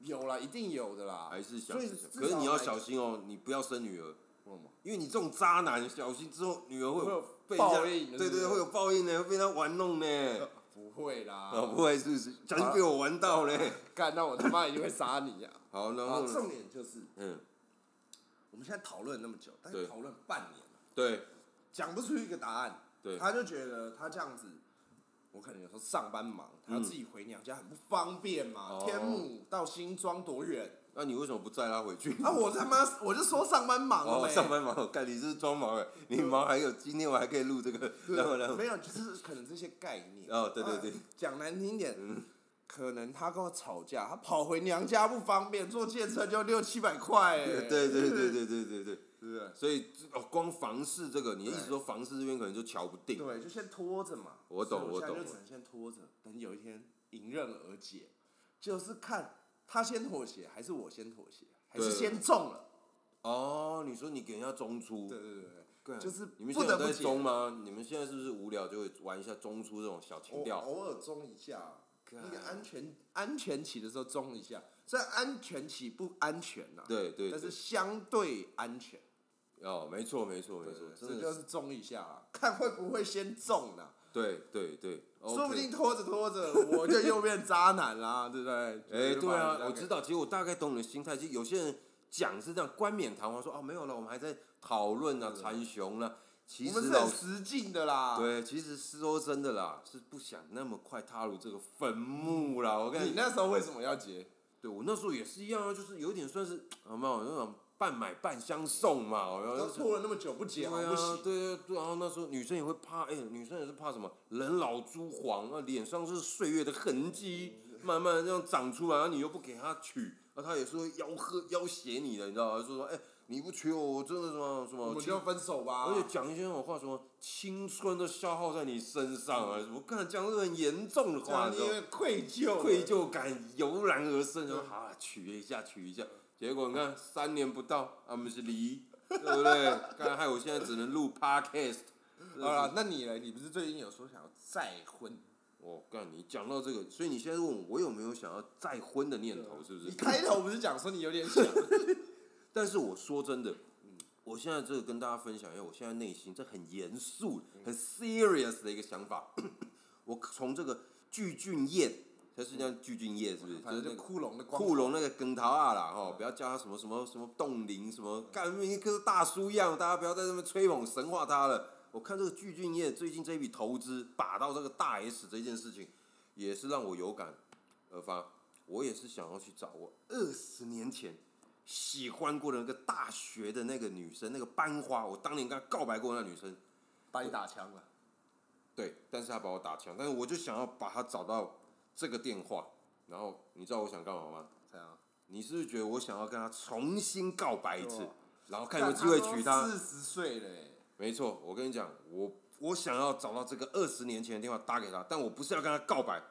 [SPEAKER 1] 有啦，一定有的啦。
[SPEAKER 2] 还是想
[SPEAKER 1] 所以
[SPEAKER 2] 生小孩？
[SPEAKER 1] 至
[SPEAKER 2] 可是
[SPEAKER 1] 少
[SPEAKER 2] 你要
[SPEAKER 1] 买
[SPEAKER 2] 小
[SPEAKER 1] 个，
[SPEAKER 2] 心哦，你不要生女儿。
[SPEAKER 1] 为什么
[SPEAKER 2] 因为你这种渣男，小心之后女儿会
[SPEAKER 1] 会
[SPEAKER 2] 有
[SPEAKER 1] 有
[SPEAKER 2] 被人家
[SPEAKER 1] 报应的
[SPEAKER 2] 对对
[SPEAKER 1] 是呃
[SPEAKER 2] 对，
[SPEAKER 1] 不
[SPEAKER 2] 会
[SPEAKER 1] 是
[SPEAKER 2] 有报应呢，会被他玩弄呢。
[SPEAKER 1] 不会 啦，
[SPEAKER 2] 啊，不会是不是？小心被我玩到嘞。
[SPEAKER 1] 干那我他妈一定会杀你 呀！
[SPEAKER 2] 好，然
[SPEAKER 1] 好，
[SPEAKER 2] 后呢？
[SPEAKER 1] 重点就是
[SPEAKER 2] 嗯，
[SPEAKER 1] 我们现在讨论那么久，但
[SPEAKER 2] 对
[SPEAKER 1] 是讨论半年了，
[SPEAKER 2] 对
[SPEAKER 1] 讲不出一个答案。
[SPEAKER 2] 对，
[SPEAKER 1] 他就觉得他这样子，我可能有时候上班忙，他要自己回娘家很不方便嘛。
[SPEAKER 2] 哦
[SPEAKER 1] 天母到新庄多远？
[SPEAKER 2] 那你为什么不载他回去？
[SPEAKER 1] 啊，我他妈我就说上班忙了
[SPEAKER 2] 哦，
[SPEAKER 1] 呗。
[SPEAKER 2] 上班忙，我干你是装忙哎，你忙还有今天我还可以录这个，
[SPEAKER 1] 啊对啊
[SPEAKER 2] 然后然后
[SPEAKER 1] 没有，就是可能这些概念。
[SPEAKER 2] 哦对对对嗯
[SPEAKER 1] 啊讲难听点，可能他跟我吵架，他跑回娘家不方便，坐电车就六七百 块、欸。
[SPEAKER 2] 对对对对，对对对对，
[SPEAKER 1] 对不对？
[SPEAKER 2] 所以哦，光房市这个，你的意思
[SPEAKER 1] 对
[SPEAKER 2] 说房市这边可能就瞧不定，
[SPEAKER 1] 对，就先拖着嘛。
[SPEAKER 2] 我懂
[SPEAKER 1] 所以
[SPEAKER 2] 我
[SPEAKER 1] 我现在
[SPEAKER 2] 懂
[SPEAKER 1] 就只能先拖着，等有一天迎刃而解，就是看他先妥协，还是我先妥协，还是
[SPEAKER 2] 对
[SPEAKER 1] 先中了。
[SPEAKER 2] 哦，你说你给人家中出，
[SPEAKER 1] 对对对对，
[SPEAKER 2] 干
[SPEAKER 1] 就是
[SPEAKER 2] 你们
[SPEAKER 1] 不
[SPEAKER 2] 现在有
[SPEAKER 1] 得不
[SPEAKER 2] 在
[SPEAKER 1] 解
[SPEAKER 2] 中吗？你们现在是不是无聊就会玩一下中出这种小情
[SPEAKER 1] 我
[SPEAKER 2] 调？
[SPEAKER 1] 偶尔中一下，那个
[SPEAKER 2] 干
[SPEAKER 1] 安全安全期的时候中一下，虽然安全期不安全呐、
[SPEAKER 2] 对对
[SPEAKER 1] 但是，
[SPEAKER 2] 对
[SPEAKER 1] 相对安全。
[SPEAKER 2] 哦，没错没错没错，
[SPEAKER 1] 所
[SPEAKER 2] 真
[SPEAKER 1] 以就
[SPEAKER 2] 的
[SPEAKER 1] 是中一下啊， 看会不会先中呢、
[SPEAKER 2] 对对对，
[SPEAKER 1] 说不
[SPEAKER 2] OK
[SPEAKER 1] 定拖着拖着我就又变渣男啦，对不对？
[SPEAKER 2] 哎，
[SPEAKER 1] 就
[SPEAKER 2] 对
[SPEAKER 1] 把人
[SPEAKER 2] 啊
[SPEAKER 1] 家，
[SPEAKER 2] 我
[SPEAKER 1] 给
[SPEAKER 2] 知道，其实我大概懂你的心态。其实有些人讲是这样冠冕堂皇说哦，没有了，我们还在讨论啊，
[SPEAKER 1] 对
[SPEAKER 2] 禅雄啦。其
[SPEAKER 1] 我们
[SPEAKER 2] 实
[SPEAKER 1] 是
[SPEAKER 2] 老
[SPEAKER 1] 很
[SPEAKER 2] 实
[SPEAKER 1] 实境的啦。
[SPEAKER 2] 对，其实说真的啦，是不想那么快踏入这个坟墓啦。我跟
[SPEAKER 1] 你
[SPEAKER 2] 你，
[SPEAKER 1] 那时候为什么要结？
[SPEAKER 2] 对我那时候也是一样啊，就是有点算是有没有那种半买半相送嘛，我要
[SPEAKER 1] 都拖了那么久不
[SPEAKER 2] 对
[SPEAKER 1] 结，好像
[SPEAKER 2] 啊，
[SPEAKER 1] 不行。
[SPEAKER 2] 对对对，然后那时候女生也会怕，哎、女生也是怕什么？人老珠黄，那脸上是岁月的痕迹，慢慢这样长出来，然后你又不给她娶，那她也是会要喝要挟你的，你知道吗？就说，哎、你不娶我，我真的什么什
[SPEAKER 1] 我
[SPEAKER 2] 么
[SPEAKER 1] 们
[SPEAKER 2] 青，
[SPEAKER 1] 就分手吧。
[SPEAKER 2] 而且讲一些那种话，什么青春都消耗在你身上啊，我看讲这很严重的
[SPEAKER 1] 这
[SPEAKER 2] 话，
[SPEAKER 1] 样
[SPEAKER 2] 你
[SPEAKER 1] 你
[SPEAKER 2] 知道
[SPEAKER 1] 因
[SPEAKER 2] 吗
[SPEAKER 1] 为愧疚，
[SPEAKER 2] 愧疚感油然而生，说
[SPEAKER 1] 对
[SPEAKER 2] 啊，娶一下，娶一下。结果你看，三年不到，啊我们是离，对不对？ 刚害我现在只能录 podcast。
[SPEAKER 1] 好了，那你呢？你不是最近有说想要再婚？
[SPEAKER 2] 我哦干，你讲到这个，所以你现在问我，我有没有想要再婚的念头，是不
[SPEAKER 1] 你
[SPEAKER 2] 是？
[SPEAKER 1] 开头不是讲说你有 点想？
[SPEAKER 2] 但是我说真的，嗯我现在这个跟大家分享一下，我现在内心这很严嗯 肃、很 serious 的一个想法。我从这个具俊晔它是叫聚菌液，是不是？就
[SPEAKER 1] 反
[SPEAKER 2] 是
[SPEAKER 1] 正
[SPEAKER 2] 那
[SPEAKER 1] 就
[SPEAKER 2] 个
[SPEAKER 1] 库龙的光
[SPEAKER 2] 库龙那个梗桃啊啦，吼，不要叫他什么什么什么冻龄什么，干一棵大叔一样，大家不要在那边吹捧神话他了。我看这个巨俊业最近这一笔投资把到这个大 S 这件事情，也是让我有感而发。我也是想要去找我二十年前喜欢过的那个大学的那个女生，那个班花，我当年跟她告白过的那女生，
[SPEAKER 1] 把你打枪了。
[SPEAKER 2] 对，但是他把我打枪，但是我就想要把他找到这个电话，然后你知道我想干嘛吗？
[SPEAKER 1] 这样，
[SPEAKER 2] 你是不是觉得我想要跟他重新告白一次
[SPEAKER 1] 哦，
[SPEAKER 2] 然后看有没有机会娶她？
[SPEAKER 1] 四十岁了欸，
[SPEAKER 2] 没错，我跟你讲，我我想要找到这个二十年前的电话打给他，但我不是要跟他告白，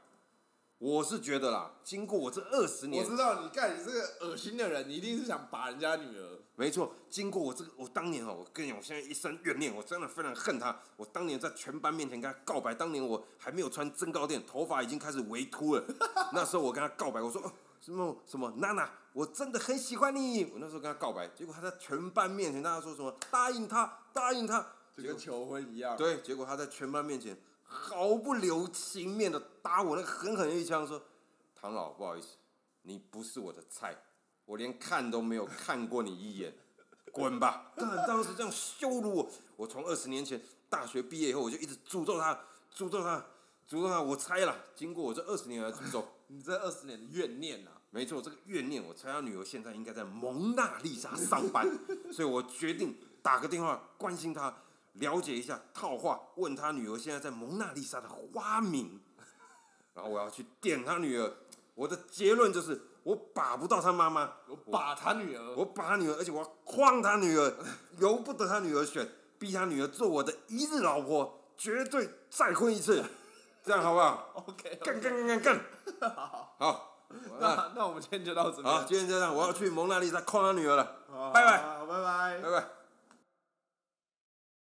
[SPEAKER 2] 我是觉得啦，经过我这二十
[SPEAKER 1] 我
[SPEAKER 2] 年，
[SPEAKER 1] 知道你干你这个恶心的人，你一定是想把人家女儿。
[SPEAKER 2] 没错，经过我这个，我当年哦，我跟你讲，我现在一生怨念，我真的非常恨他。我当年在全班面前跟他告白，当年我还没有穿增高垫，头发已经开始微秃了。 那时候我跟他告白，我说、哦、什么什么娜娜，我真的很喜欢你。我那时候跟他告白，结果他在全班面前，大家说什么答应他，答应他，
[SPEAKER 1] 就
[SPEAKER 2] 结
[SPEAKER 1] 跟
[SPEAKER 2] 果
[SPEAKER 1] 求婚一样。，
[SPEAKER 2] 对，结果他在全班面前毫不留情面的打我那个狠狠的一枪，说：“唐老，不好意思，你不是我的菜，我连看都没有看过你一眼，滚吧！”干，当时这样羞辱我，我从二十年前大学毕业以后，我就一直诅咒他，诅咒他，诅咒他。我猜了，经过我这二十年来的诅咒，
[SPEAKER 1] 你这二十年的怨念啊，
[SPEAKER 2] 没错，这个怨念，我猜他女儿现在应该在蒙娜丽莎上班，所以我决定打个电话关心她，了解一下套话，问她女儿现在在蒙娜丽莎的花名，然后我要去点她女儿。我的结论就是，我把不到她妈妈，
[SPEAKER 1] 我把他女儿，
[SPEAKER 2] 我把她女儿，而且我要诓她女儿，由不得她女儿选，逼她女儿做我的一日老婆，绝对再婚一次，这样好不好？
[SPEAKER 1] OK，
[SPEAKER 2] 干干干干干，好，那
[SPEAKER 1] 那那我们今天就到这边，
[SPEAKER 2] 好，今天就这样，我要去蒙娜丽莎诓她女儿了，
[SPEAKER 1] 好
[SPEAKER 2] 拜拜，
[SPEAKER 1] 好拜拜
[SPEAKER 2] 拜。拜。